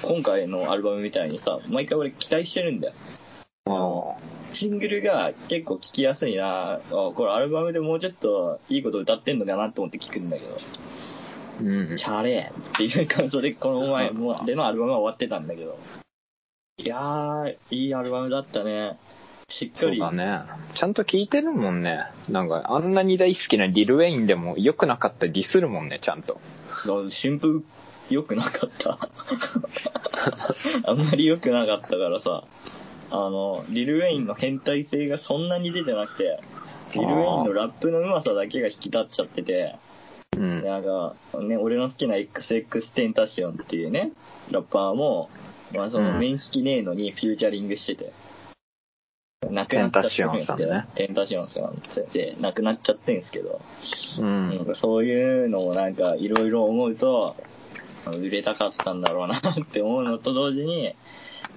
Speaker 1: 今回のアルバムみたいにさ、毎回俺期待してるんだよ。
Speaker 2: あ、あ
Speaker 1: シングルが結構聴きやすいなあこれアルバムでもうちょっといいこと歌ってんのかなと思って聴くんだけど。
Speaker 2: あ、うん
Speaker 1: チ。ャレーっていう感想で、この前もでのアルバムは終わってたんだけど。いやー、いいアルバムだったね。しっか
Speaker 2: そう
Speaker 1: り。
Speaker 2: だね。ちゃんと聞いてるもんね。なんか、あんなに大好きなリル・ウェインでも良くなかったりするもんね、ちゃんと。
Speaker 1: 新風良くなか った。あんまり良くなかったからさ、あの、リル・ウェインの変態性がそんなに出てなくて、リル・ウェインのラップのうまさだけが引き立っちゃってて、
Speaker 2: うん。
Speaker 1: なんか、ね、俺の好きな XX テンタシオンっていうね、ラッパーも、まあその
Speaker 2: うん
Speaker 1: 面識ねえのにフューチャリングしてて。亡くなっちゃってんですけどテンタシオンさんで、亡くなっちゃってんですけど、
Speaker 2: う
Speaker 1: なん
Speaker 2: ん。
Speaker 1: かそういうのもなんかいろいろ思うと、売れたかったんだろうなって思うのと同時に、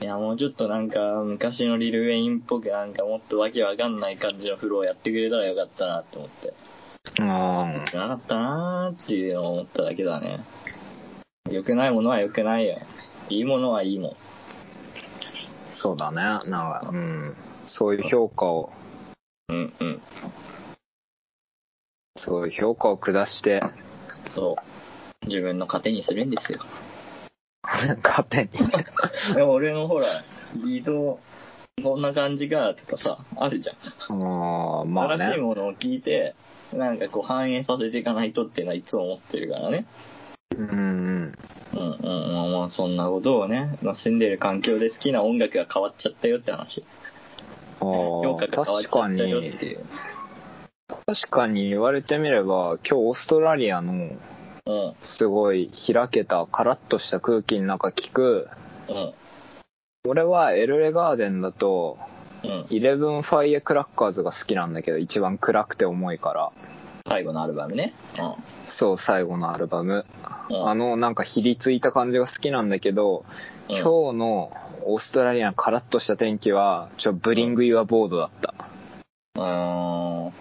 Speaker 1: いや、もうちょっとなんか、昔のリル・ウェインっぽくなんかもっとわけわかんない感じのフローやってくれたらよかったなって思って。
Speaker 2: あ
Speaker 1: なかったなーっていうのを思っただけだね。良くないものは良くないよ。いいものはいいもん。
Speaker 2: あ、そうだね。なんか、うん。そういう評価を、
Speaker 1: うんうん。
Speaker 2: そういう評価を下して、
Speaker 1: そう。自分の糧にするんですよ。
Speaker 2: 勝手 に。
Speaker 1: でも俺のほら、リード、こんな感じが、とかさ、あるじゃん。
Speaker 2: ああ、まあ
Speaker 1: 新しい
Speaker 2: ね。
Speaker 1: ものを聞いて、なんかこう反映させていかないとっていうのはいつも思ってるからね。
Speaker 2: うんうん。
Speaker 1: うんうんまあまあそんなことをね、まあ、住んでる環境で好きな音楽が変わっちゃったよって話。評
Speaker 2: あ
Speaker 1: 価が
Speaker 2: あ、
Speaker 1: 変わっち
Speaker 2: 確
Speaker 1: ゃ
Speaker 2: か
Speaker 1: ったよって
Speaker 2: に、
Speaker 1: いう。
Speaker 2: 確かに言われてみれば、今日オーストラリアの、
Speaker 1: うん
Speaker 2: すごい開けた、カラッとした空気の中聞く、
Speaker 1: うん
Speaker 2: 俺はエルレガーデンだと、
Speaker 1: うん。
Speaker 2: イレブンファイエクラッカーズが好きなんだけど、一番暗くて重いから。
Speaker 1: 最後のアルバムね。
Speaker 2: そう、最後のアルバム。
Speaker 1: うん
Speaker 2: あの、なんか、ひりついた感じが好きなんだけど、
Speaker 1: うん
Speaker 2: 今日のオーストラリアのカラッとした天気は、ちょ、ブリング・ユア・ボードだった。
Speaker 1: うん。う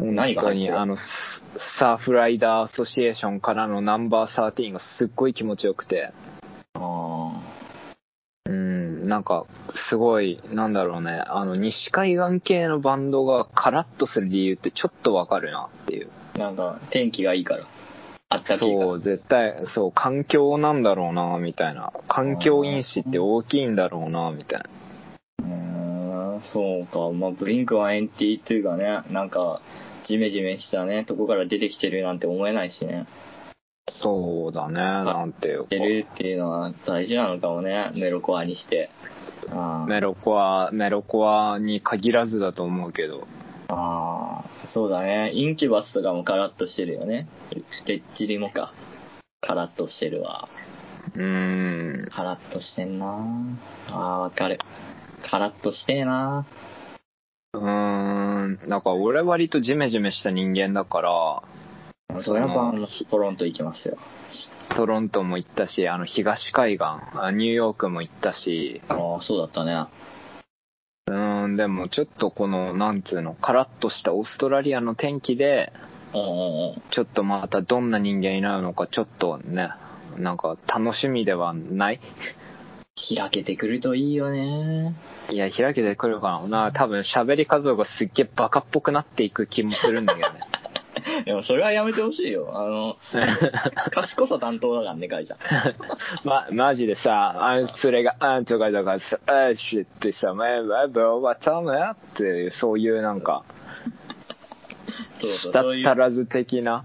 Speaker 1: 何
Speaker 2: 本
Speaker 1: が
Speaker 2: 当
Speaker 1: 入って
Speaker 2: に、
Speaker 1: る
Speaker 2: あの、スサーフライダー・アソシエーションからのナンバー13がすっごい気持ちよくて、
Speaker 1: ーん。
Speaker 2: うん、なんか、すごい、なんだろうね、あの、西海岸系のバンドがカラッとする理由ってちょっとわかるなっていう。
Speaker 1: なんか、天気がいいから。あったけいから
Speaker 2: そう、絶対、そう、環境なんだろうな、みたいな。環境因子って大きいんだろうな、みたいな。
Speaker 1: うーんそうか。まあ、ブリンクはエンティというかね、なんか、ジメジメしたね、とこから出てきてるなんて思えないしね。
Speaker 2: そうだね、なんていうか
Speaker 1: 出。るっていうのは大事なのかもね、メロコアにして。あー
Speaker 2: メロコア、メロコアに限らずだと思うけど。
Speaker 1: あー、そうだね。インキュバスとかもカラッとしてるよね。レッチリもか。カラッとしてるわ。
Speaker 2: うーん。
Speaker 1: カラッとしてんなああー、わかる。カラッとしてえな
Speaker 2: うーん。なんか俺割とジメジメした人間だから、
Speaker 1: それはやっぱ、ポロンといきますよ。
Speaker 2: トロントも行ったし、あの東海岸、あニューヨークも行ったし、
Speaker 1: ああ、そうだったね。
Speaker 2: うーん、でもちょっとこの、なんつうの、カラッとしたオーストラリアの天気で、
Speaker 1: うんうんうん。
Speaker 2: ちょっとまたどんな人間になるのか、ちょっとね、なんか楽しみではない
Speaker 1: 開けてくるといいよね。
Speaker 2: いや、開けてくるかな。な多分喋り数がすっげえバカっぽくなっていく気もするんだけどね。
Speaker 1: でもそれはやめてほしいよ。あ の、賢さ担当だからね、ガイちゃん。
Speaker 2: ま、マジでさ、あそれが、あんとかだからさ、あしってさ、まあ、まあ、まあ、まあ、たまやっていう、そういうなんか、
Speaker 1: そう
Speaker 2: した
Speaker 1: そう、そうい
Speaker 2: た
Speaker 1: う、
Speaker 2: らず的な、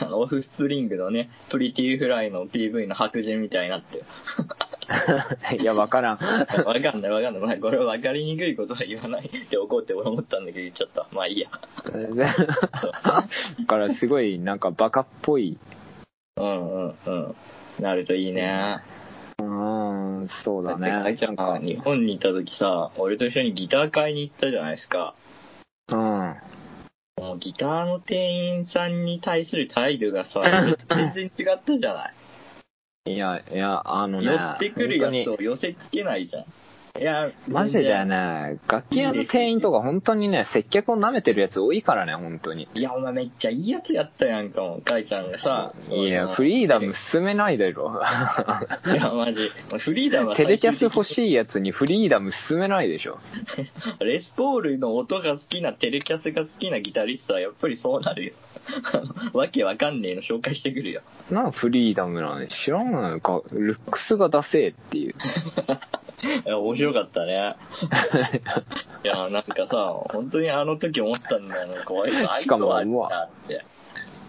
Speaker 1: あの、オフスプリングのね、プリティフライの PV の白人みたいになって。
Speaker 2: いや、わからん。
Speaker 1: わかんないわかんない。まあ、これわかりにくいことは言わないでおこうって俺思ったんだけど言っちゃった。まあいいや。
Speaker 2: だからすごい、なんかバカっぽい。
Speaker 1: うんうんうん。なるといいね。
Speaker 2: うーん、そうだね。
Speaker 1: ガイちゃんが日本に行った時さ、俺と一緒にギター買いに行ったじゃないですか。
Speaker 2: うん。
Speaker 1: もうギターの店員さんに対する態度 がさ、全然違ったじゃない。
Speaker 2: いや、いや、あの
Speaker 1: 寄
Speaker 2: ね、
Speaker 1: ってくるやつ
Speaker 2: 本
Speaker 1: を寄せつけないじゃん。いや、
Speaker 2: 当にマジだよ。ね、楽器屋の店員とか本当にね、接客を舐めてるやつ多いからね、本当に。
Speaker 1: いや、お前めっちゃいいやつやったやんかも、かいちゃんがさ。
Speaker 2: いや、フ
Speaker 1: リ
Speaker 2: リーダム進めない だろ。
Speaker 1: いや、マジ。フリーダムは
Speaker 2: テレキャス欲
Speaker 1: し
Speaker 2: しいやつにフリーダム進めないでしょ。
Speaker 1: い。レスポールの音が好きな、テレキャスが好きなギタリストはやっぱりそうなるよ。わけわかんねえの紹介してくるよ。
Speaker 2: なあ、フリーダムなのに知らんのか、ルックスがダセえっていう。
Speaker 1: いや、 面白かったね。いや、なんかさ、本当にあの時思ったんだよね。怖い
Speaker 2: しかも
Speaker 1: もなって。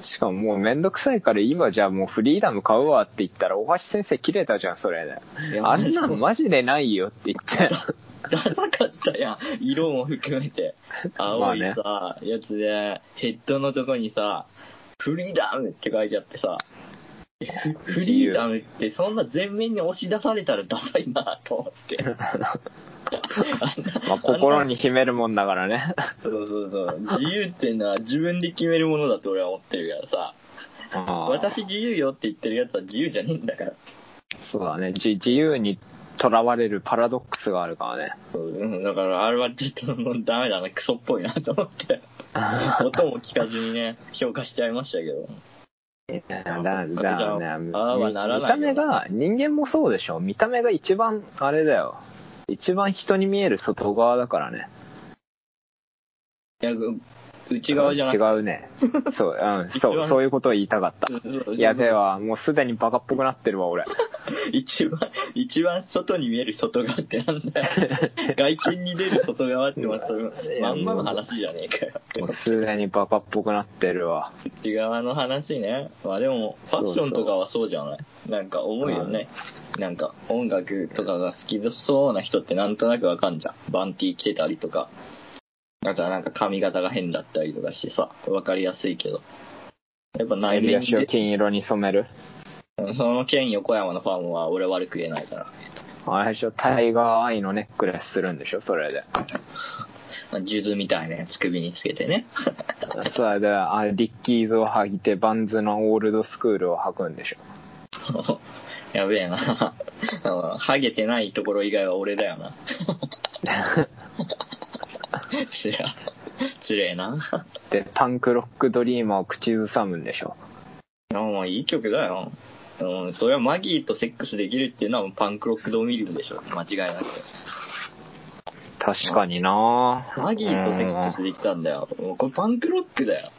Speaker 2: しかももうめんどくさいから今じゃあもうフリーダム買うわって言ったら、大橋先生切れたじゃん、それで。
Speaker 1: いや
Speaker 2: あんなのマジでないよって言って。
Speaker 1: ダサかったやん。色も含めて。
Speaker 2: ま
Speaker 1: 青
Speaker 2: あ
Speaker 1: い
Speaker 2: ね
Speaker 1: さ、やつで、ヘッドのとこにさ、フリーダムって書いてあってさ、フフリーダムってそんな全面に押し出されたらダサいなと思って。
Speaker 2: まあ、心に秘めるもんだからね。
Speaker 1: そうそうそう。自由ってのは自分で決めるものだと俺は思ってるからさ、
Speaker 2: あー
Speaker 1: 私自由よって言ってるやつは自由じゃねえんだから。
Speaker 2: そうだね。じ自由に囚われるパラドックスがあるからね。
Speaker 1: そううんだから、あれはちょっともうダメだな、クソっぽいなと思 って、音も聞かずにね、評価しちゃいましたけど。
Speaker 2: いやだだ
Speaker 1: あ
Speaker 2: だ
Speaker 1: ああはならないよ
Speaker 2: 見た目が、人間もそうでしょ。見た目が一番、あれだよ。一番人に見える外側だからね。
Speaker 1: いや、う内側じゃなく
Speaker 2: 違うね。そう、うん、そ
Speaker 1: 一
Speaker 2: う、
Speaker 1: 番
Speaker 2: そういうことを言いたかった。
Speaker 1: て、
Speaker 2: やべえわ、もうすでにバカっぽくなってるわ、俺。
Speaker 1: 一番、一番外に見える外側ってなん だよ。外見に出る外側ってまた、
Speaker 2: いや
Speaker 1: まんまの話じゃねえかよ。
Speaker 2: もうすでにバカっぽくなってるわ。
Speaker 1: 内側の話ね。まあでも、ファッションとかはそうじゃないなんか思うよね。なんか音楽とかが好きそうな人ってなんとなくわかんじゃん。バンティー着てたりとか。あとはなんか髪型が変だったりとかしてさ、わかりやすいけど。やっぱ内
Speaker 2: 襟
Speaker 1: 面に
Speaker 2: 足を
Speaker 1: 出
Speaker 2: 金色に染める。
Speaker 1: その件横山のファンは俺悪く言えないから。
Speaker 2: あれでしょ、タイガーアイのネックレスするんでしょ、それで。
Speaker 1: まあ、数珠みたいなやつ首につけてね。
Speaker 2: それで、あれ、リッキーズを履いて、バンズのオールドスクールを履くんでしょ。
Speaker 1: やべえな。あのハゲてないところ以外は俺だよな。 つれつれえな。
Speaker 2: で、パンクロックドリーマーを口ずさむんでしょ。
Speaker 1: いやまあいい曲だよ。うん、それはマギーとセックスできるっていうのはもうパンクロックドミルでしょ。間違いなく。
Speaker 2: 確かにな
Speaker 1: マギーとセックスできたんだよ。もうこれパンクロックだよ。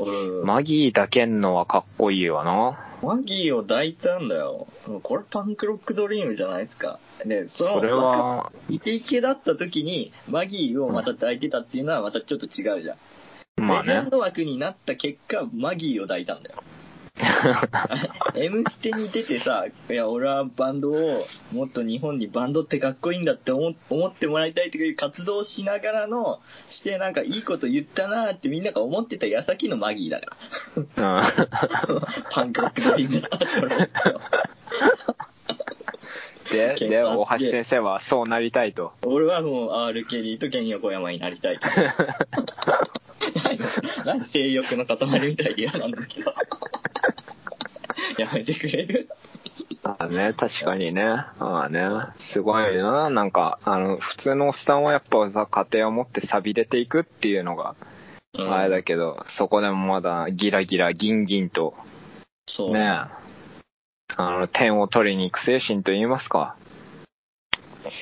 Speaker 1: う
Speaker 2: うんんマギーだけんのはかっこいいわな。
Speaker 1: マギーを抱いたんだよ。もうこれパンクロックドリームじゃないですか。で、その、
Speaker 2: それは、
Speaker 1: イケイケだった時に、マギーをまた抱いてたっていうのはまたちょっと違うじゃん。
Speaker 2: まあ
Speaker 1: レジェ
Speaker 2: ね
Speaker 1: ン。ド枠になった結果、マギーを抱いたんだよ。M ステに出てさ、いや、俺はバンドを、もっと日本にバンドってかっこいいんだって思思ってもらいたいという活動をしながらの、してなんかいいこと言ったなーってみんなが思ってた矢先のマギーだから。
Speaker 2: うん
Speaker 1: パンクロックドリームだなこれ喧
Speaker 2: で、
Speaker 1: 嘩
Speaker 2: で、
Speaker 1: して
Speaker 2: 大橋先生はそうなりたいと。
Speaker 1: 俺はもう R ・ケリーとケン横山になりたい。何何性欲の塊みたいで嫌なんだけど。やめてくれる
Speaker 2: まあね、確かにね。まあね、すごいな。なんか、あの、普通のおっさんはやっぱさ、家庭を持って錆びれていくっていうのが、
Speaker 1: うん
Speaker 2: あれだけど、そこでもまだギラギラ、ギンギンと、
Speaker 1: そう。
Speaker 2: ね、あの、点を取りに行く精神と言いますか。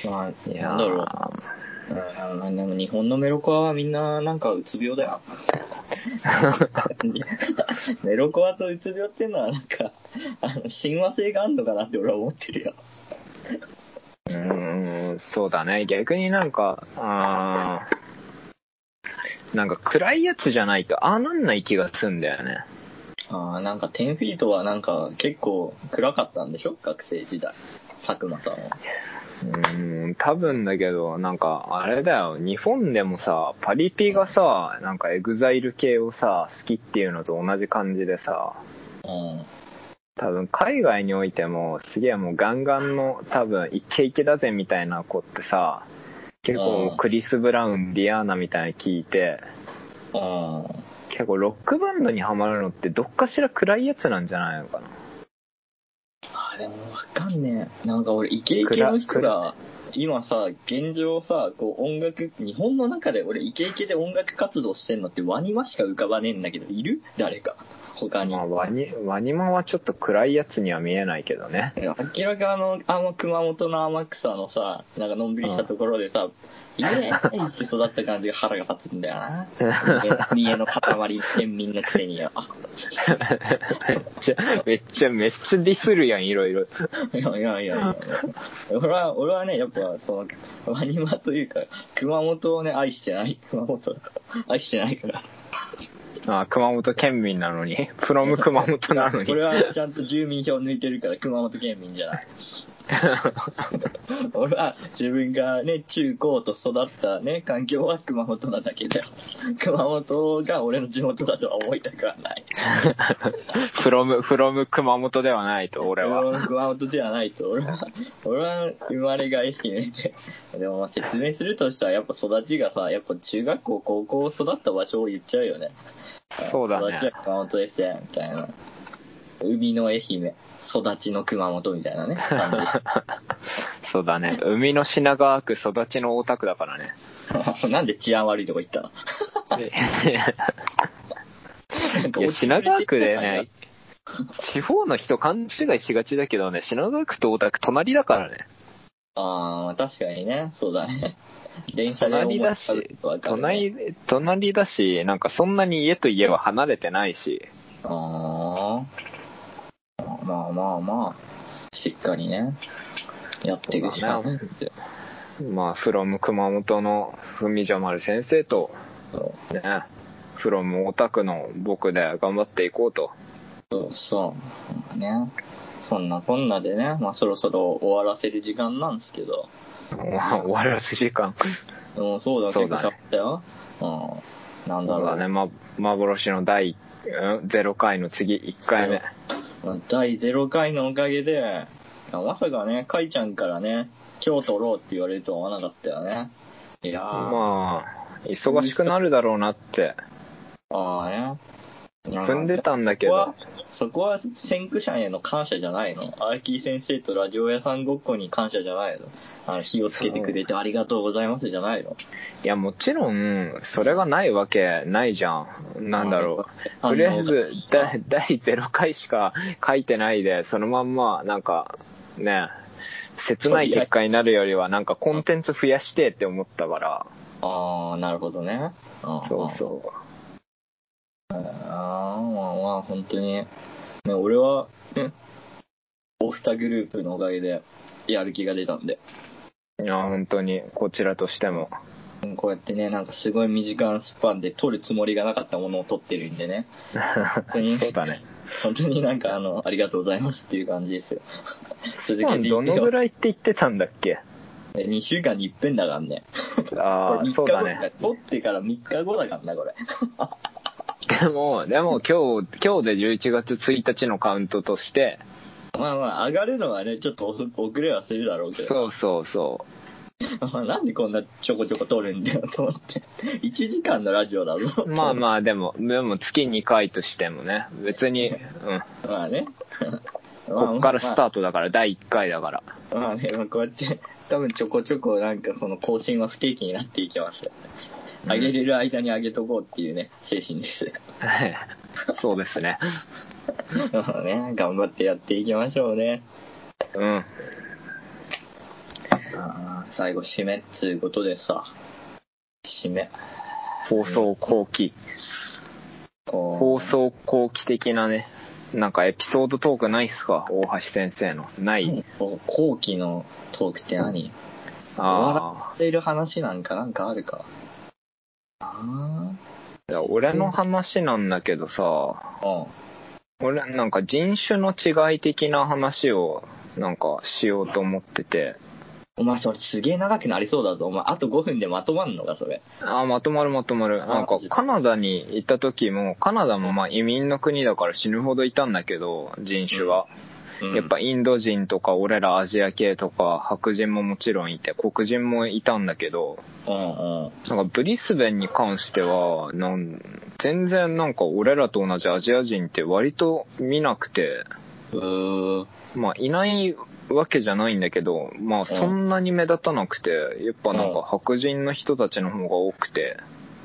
Speaker 1: まあ、
Speaker 2: いや
Speaker 1: なんだろう。
Speaker 2: ー
Speaker 1: うん、でも日本のメロコアはみんななんかうつ病だよ。メロコアとうつ病っていうのはなんか、あの、親和性があるのかなって俺は思ってるよ。
Speaker 2: うーんそうだね。逆になんか、あーなんか暗いやつじゃないと、ああなんない気がすんだよね。
Speaker 1: ああ、なんか10フィートはなんか結構暗かったんでしょ学生時代。佐久間さんは。
Speaker 2: うーん、多分だけど、なんか、あれだよ、日本でもさ、パリピがさ、なんかエグザイル系をさ、好きっていうのと同じ感じでさ、
Speaker 1: うん。
Speaker 2: 多分海外においても、すげえもうガンガンの、多分イケイケだぜみたいな子ってさ、結
Speaker 1: う
Speaker 2: 構
Speaker 1: ん
Speaker 2: クリス・ブラウン、ディアーナみたいなの聞いて、
Speaker 1: ああ。
Speaker 2: 結構ロックバンドにハマるのってどっかしら暗いやつなんじゃないのかな
Speaker 1: あれもわかんねえ。なんか俺、イケイケの人が、今さ、現状さ、こう音楽、日本の中で俺、イケイケで音楽活動してんのってワニマしか浮かばねえんだけど、いる誰か。他に
Speaker 2: ま。あワニワニマはちょっと暗いやつには見えないけどね
Speaker 1: いや明らかあの、あの熊本の天草のさ、なんかのんびりしたところでさ、イエーイって育った感じが腹が立つんだよな。見栄の塊、県民のくせによ。
Speaker 2: めっちゃめっちゃディスるやんいろいろ
Speaker 1: いやいやいやいや。俺は、俺はね、やっぱ、その、ワニマというか、熊本をね、愛してない。 熊本、愛してないから。
Speaker 2: あ熊本県民なのにプロム熊本なのに
Speaker 1: 俺はちゃんと住民票抜いてるから、熊本県民じゃない。 俺は、自分がね、中高と育ったね、環境は熊本なだけだよ。熊本が俺の地元だとは思いたくはない。
Speaker 2: プロムプロム熊本ではないと俺は
Speaker 1: 俺は熊本ではないと。俺は、俺は生まれが愛媛で。でもまあ説明するとしたら、やっぱ育ちがさ、やっぱ中学校、高校育った場所を言っちゃうよね。
Speaker 2: そうだ
Speaker 1: 育ちは
Speaker 2: ね
Speaker 1: 熊本ですね、みたいな。海の愛媛。育ちの熊本みたいなね。感
Speaker 2: そうだね。海の品川区育ちの大田区だから ね。
Speaker 1: じなんで治安悪いとこ行ったのなんか
Speaker 2: いや、品川区でね
Speaker 1: 落ち着いて、
Speaker 2: 地方の人勘違いしがちだけどね、品川区と大田区隣だからね。
Speaker 1: たの。 ああ、確かにね。そうだね。電車で
Speaker 2: 隣だし
Speaker 1: 思い浮かぶことわ、かるね。
Speaker 2: 隣、隣だし、なんかそんなに家と家は離れてないし、
Speaker 1: ああ。まあまあまあ。しっかりね。やっていくしかないって。
Speaker 2: まあ、フロム熊本の文女丸先生と、
Speaker 1: そう
Speaker 2: ね、フロムオタクの僕で頑張っていこうと。
Speaker 1: そうそう。ね。そんなこんなでね、まあそろそろ終わらせる時間なんですけど。
Speaker 2: まあ終わらす時間。
Speaker 1: うん、そうだ、結
Speaker 2: そ
Speaker 1: 構
Speaker 2: うだ
Speaker 1: 経
Speaker 2: ね
Speaker 1: ったよ。うん。なんだ
Speaker 2: そう
Speaker 1: ろ
Speaker 2: だ
Speaker 1: う。
Speaker 2: ね、ま、幻の第0回の次、1回目。
Speaker 1: 第0回のおかげで、まさかね、かいちゃんからね、今日撮ろうって言われるとは思わなかったよね。いやー、
Speaker 2: まあ、忙しくなるだろうなって、
Speaker 1: ああね。なんか
Speaker 2: 踏んでたんだけど、
Speaker 1: そこは、そこは先駆者への感謝じゃないの。アーキー先生とラジオ屋さんごっこに感謝じゃないの。あの、火をつけてくれてありがとうございますじゃないの。
Speaker 2: いや、もちろん、それがないわけないじゃん。なんだろう。
Speaker 1: あ
Speaker 2: とりあえず
Speaker 1: 反応が、
Speaker 2: だ第0回しか書いてないで、そのまんま、なんか、ね、切ない結果になるよりは、なんかコンテンツ増やしてって思ったから、
Speaker 1: ああ、なるほどね。あー
Speaker 2: そうそう。
Speaker 1: ああ、まあまあ、本当に。ね、俺は、ね、お二グループのおかげで、やる気が出たんで。
Speaker 2: いや、本当に、こちらとして も。
Speaker 1: うんこうやってね、なんかすごい短いスパンで撮るつもりがなかったものを撮ってるんでね。に
Speaker 2: そうだね。
Speaker 1: 本当になんかあの、ありがとうございますっていう感じ ですよ。続けてい
Speaker 2: どのぐ
Speaker 1: い
Speaker 2: らいって言ってたんだっけ
Speaker 1: ?2 週間に一遍だからね。
Speaker 2: あ
Speaker 1: これ
Speaker 2: あ
Speaker 1: 三、日
Speaker 2: そ
Speaker 1: 後
Speaker 2: うだね。。
Speaker 1: 撮ってから3日後だからな、これ。
Speaker 2: でも、でも今日、今日で11月1日のカウントとして、
Speaker 1: まあまあ、上がるのはね、ちょっと遅遅れはするだろうけど。
Speaker 2: そうそうそ
Speaker 1: まあなんでこんなちょこちょこ撮るんだよと思って。1時間のラジオだぞ。
Speaker 2: う。まあまあ、でも、でも月2回としてもね、別に、うん、
Speaker 1: あ。まあね。
Speaker 2: こっからス
Speaker 1: ま
Speaker 2: タートだから、第1回だから。
Speaker 1: あ、まあね、まあこうやって、多分ちょこちょこなんかその更新は不定期になっていきますよ。
Speaker 2: うん
Speaker 1: 上げれる間に上げとこうっていうね、精神です。
Speaker 2: そうですね。
Speaker 1: まあね、頑張ってやっていきましょうね。
Speaker 2: うん。
Speaker 1: あー最後、締めっつうことでさ、締め。
Speaker 2: 放送後期。
Speaker 1: 放
Speaker 2: 放送後期的なね、なんかエピソードトークないっすか大橋先生の。ない、
Speaker 1: 後期のトークって何
Speaker 2: ああ。
Speaker 1: っている話なんかなんかあるか。あ
Speaker 2: いや俺の話なんだけどさ、
Speaker 1: あ。うん。
Speaker 2: 俺なんか人種の違い的な話をなんかしようと思ってて、
Speaker 1: お前それすげえ長くなりそうだぞ。お前あと5分でまとまんのか、それ。
Speaker 2: ああ、まとまるまとまる。なんか
Speaker 1: マジ
Speaker 2: カナダに行った時も、カナダもまあ移民の国だから死ぬほどいたんだけど、人種は。
Speaker 1: うん
Speaker 2: やっぱインド人とか俺らアジア系とか白人ももちろんいて、黒人もいたんだけど、
Speaker 1: うんうん。
Speaker 2: なんかブリスベンに関してはなん全然なんか俺らと同じアジア人って割と見なくて
Speaker 1: うーん。
Speaker 2: まあいないわけじゃないんだけどまあそんなに目立たなくてやっぱなんか白人の人たちの方が多くて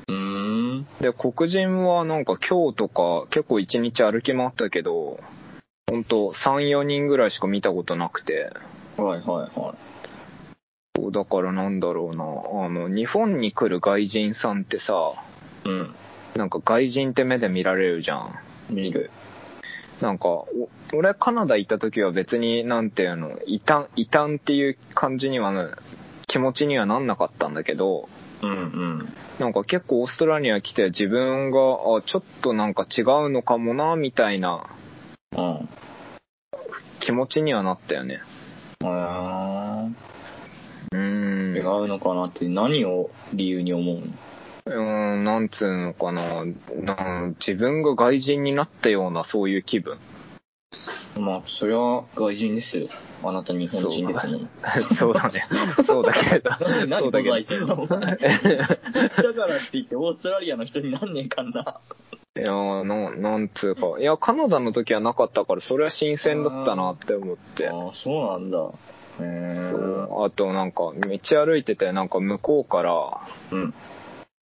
Speaker 1: うーん。
Speaker 2: で黒人はなんか今日とか結構一日歩き回ったけど本当34人ぐらいしか見たことなくて
Speaker 1: はいはいは
Speaker 2: そうだからなんだろうなあの日本に来る外人さんってさ
Speaker 1: い。うん。
Speaker 2: なんか外人って目で見られるじゃん
Speaker 1: 見る。
Speaker 2: なんか、お俺カナダ行った時は別に、なんていうの、異端、異端っていう感じにはな、気持ちにはなんなかったんだけど、
Speaker 1: うんうん。
Speaker 2: なんか結構オーストラリア来て自分が、あ、ちょっとなんか違うのかもな、みたいな
Speaker 1: うん。
Speaker 2: 気持ちにはなったよね。
Speaker 1: うーん
Speaker 2: うー
Speaker 1: 違
Speaker 2: ん。
Speaker 1: うのかなって何を理由に思うの
Speaker 2: うーん、なんつうのかななん自分が外人になったようなそういう気分。
Speaker 1: まあ、そりゃ外人ですよ。あなた日本人ですもん。
Speaker 2: そう だね。そうだけど。そ
Speaker 1: 何
Speaker 2: うだ
Speaker 1: 答え
Speaker 2: け
Speaker 1: てんのお前だからって言ってオーストラリアの人になんねえかんな。
Speaker 2: いやーな、なんつうか。いや、カナダの時はなかったから、それは新鮮だったなって思って。
Speaker 1: ああ、そうなんだ。へえ。
Speaker 2: そう。あとなんか、道歩いてて、なんか向こうから、
Speaker 1: うん。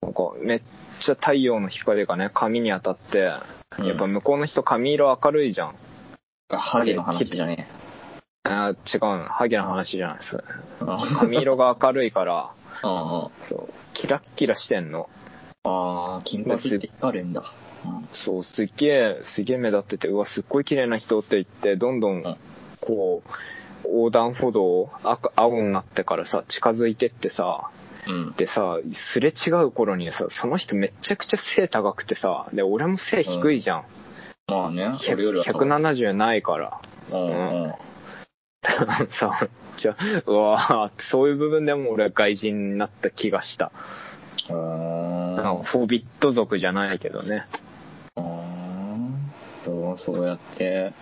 Speaker 2: なんかめっちゃ太陽の光がね、髪に当たって、や
Speaker 1: うん
Speaker 2: っぱ向こうの人髪色明るいじゃん。
Speaker 1: あ、ハゲの話じゃね
Speaker 2: あー違うの、ハゲの話じゃないです。
Speaker 1: え。あ
Speaker 2: 髪色が明る いから、
Speaker 1: あ
Speaker 2: そう、キラッキラしてんの。
Speaker 1: あ、ああ、金髪って光るんだ。うん
Speaker 2: そう、すっげえ、すげえ目立ってて、うわ、すっごい綺麗な人って言って、どんど
Speaker 1: うん
Speaker 2: ん、こう、横断歩道、赤、青になってからさ、近づいてってさ、
Speaker 1: うん。
Speaker 2: でさ、すれ違う頃にさ、その人めちゃくちゃ背高くてさ、で、俺も背低いじゃん。
Speaker 1: まあね、それよりは。
Speaker 2: 170ないから。
Speaker 1: うんうん。
Speaker 2: さ、じゃあ、うわーそういう部分でも俺は外人になった気がした。
Speaker 1: うーん。
Speaker 2: フォビット族じゃないけどね。
Speaker 1: うーんどうそうやって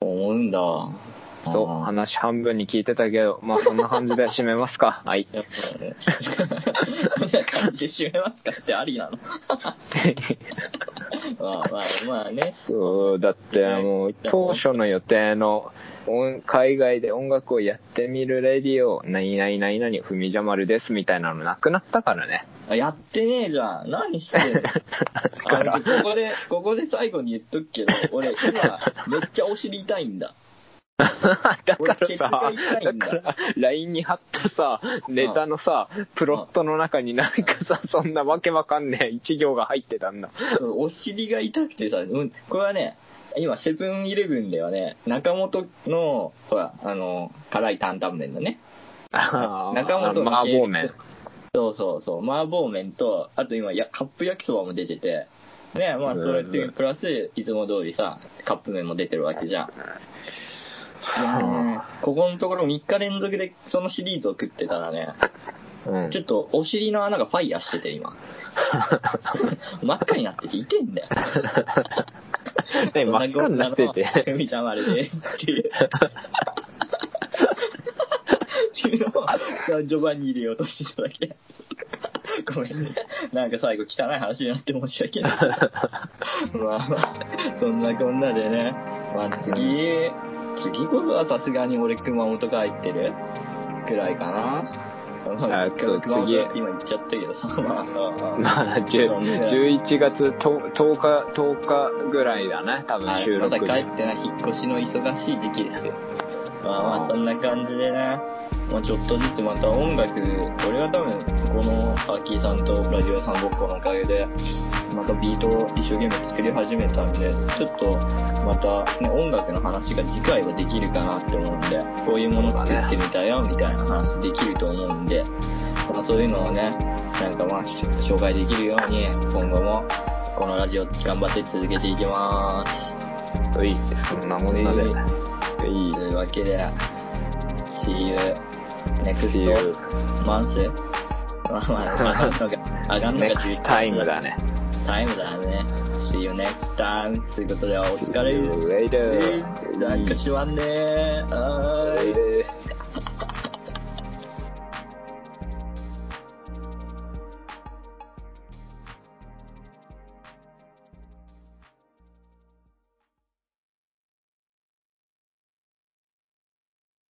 Speaker 1: 思うんだ。
Speaker 2: そう、
Speaker 1: あー
Speaker 2: 話半分に聞いてたけど、まあそんな感じで締めます か。はい。
Speaker 1: やっぱね。こんな感じで締めますかってありなの。まあまあまあね。
Speaker 2: そう、だってもう当初の予定の音海外で音楽をやってみるレディオ、何々何々ふみじゃまるですみたいなのなくなったか らね。
Speaker 1: あやってねえじゃん。何してんのあのここで、ここで最後に言っとくけど、俺今、めっちゃお尻痛いんだ。
Speaker 2: だから
Speaker 1: 俺結果
Speaker 2: さ
Speaker 1: 痛、い
Speaker 2: だ
Speaker 1: んだ
Speaker 2: から LINE に貼ったさ、ネタのさ、プロットの中になんかさ、そんなわけわかんねえ一行が入ってたんだ。
Speaker 1: お尻が痛くてさ、うん、これはね、今、セブンイレブンではね、中本の、ほら、あの、辛い担々麺のね、
Speaker 2: あー
Speaker 1: 中本の
Speaker 2: 麻婆麺。
Speaker 1: そうそうそう、麻婆麺と、あと今や、カップ焼きそばも出てて、ね、まあ、それって、プラス、いつも通りさ、カップ麺も出てるわけじゃん。いやねここのところ3日連続でそのシリーズを食ってたらね、
Speaker 2: うん
Speaker 1: ちょっとお尻の穴がファイヤーしてて、 今。真っ赤になってて、痛いんだよ。
Speaker 2: ね真っ赤になってて。
Speaker 1: ふみちゃんまるで、っていう。っていうのを、序盤に入れようとしてただけ。ごめんね。なんか最後汚い話になって申し訳 ない。まあまあ、そんなこんなでね。まあ次、次こそはさすがに俺熊本帰ってるくらいかな。ま
Speaker 2: あ
Speaker 1: あ、
Speaker 2: えっと
Speaker 1: 熊本
Speaker 2: 次
Speaker 1: 今言っちゃったけどさ、まあ、まあまあ
Speaker 2: まあ、10 11月10 10日、10日ぐらいだね、多
Speaker 1: は
Speaker 2: 分
Speaker 1: い
Speaker 2: 収
Speaker 1: ま
Speaker 2: 録
Speaker 1: だ帰
Speaker 2: 日。
Speaker 1: ってない引っ越しの忙しい時期ですよ。まあまあそんな感じでね、まあ、ちょっとずつまた音楽、俺は多分このアーキーさんとラジオ屋さんごっこのおかげで、またビートを一生懸命作り始めたんで、ちょっとまた、ね、音楽の話が次回はできるかなって思うんで、こういうもの作ってみたよみたいな話できると思うんで、まあ、そういうのをね、なんかまあ紹介できるように、今後もこのラジオ頑張って続けていきます。
Speaker 2: ういそんなもんなで。
Speaker 1: う
Speaker 2: う
Speaker 1: い
Speaker 2: い
Speaker 1: というわけで、See you next
Speaker 2: See you
Speaker 1: month? まあまあ、上がるのか、上がるのか
Speaker 2: next time だ。ね。
Speaker 1: タイムだね。See you next time. ということで、お疲れ。
Speaker 2: See you later.
Speaker 1: なんかしわんねー。あー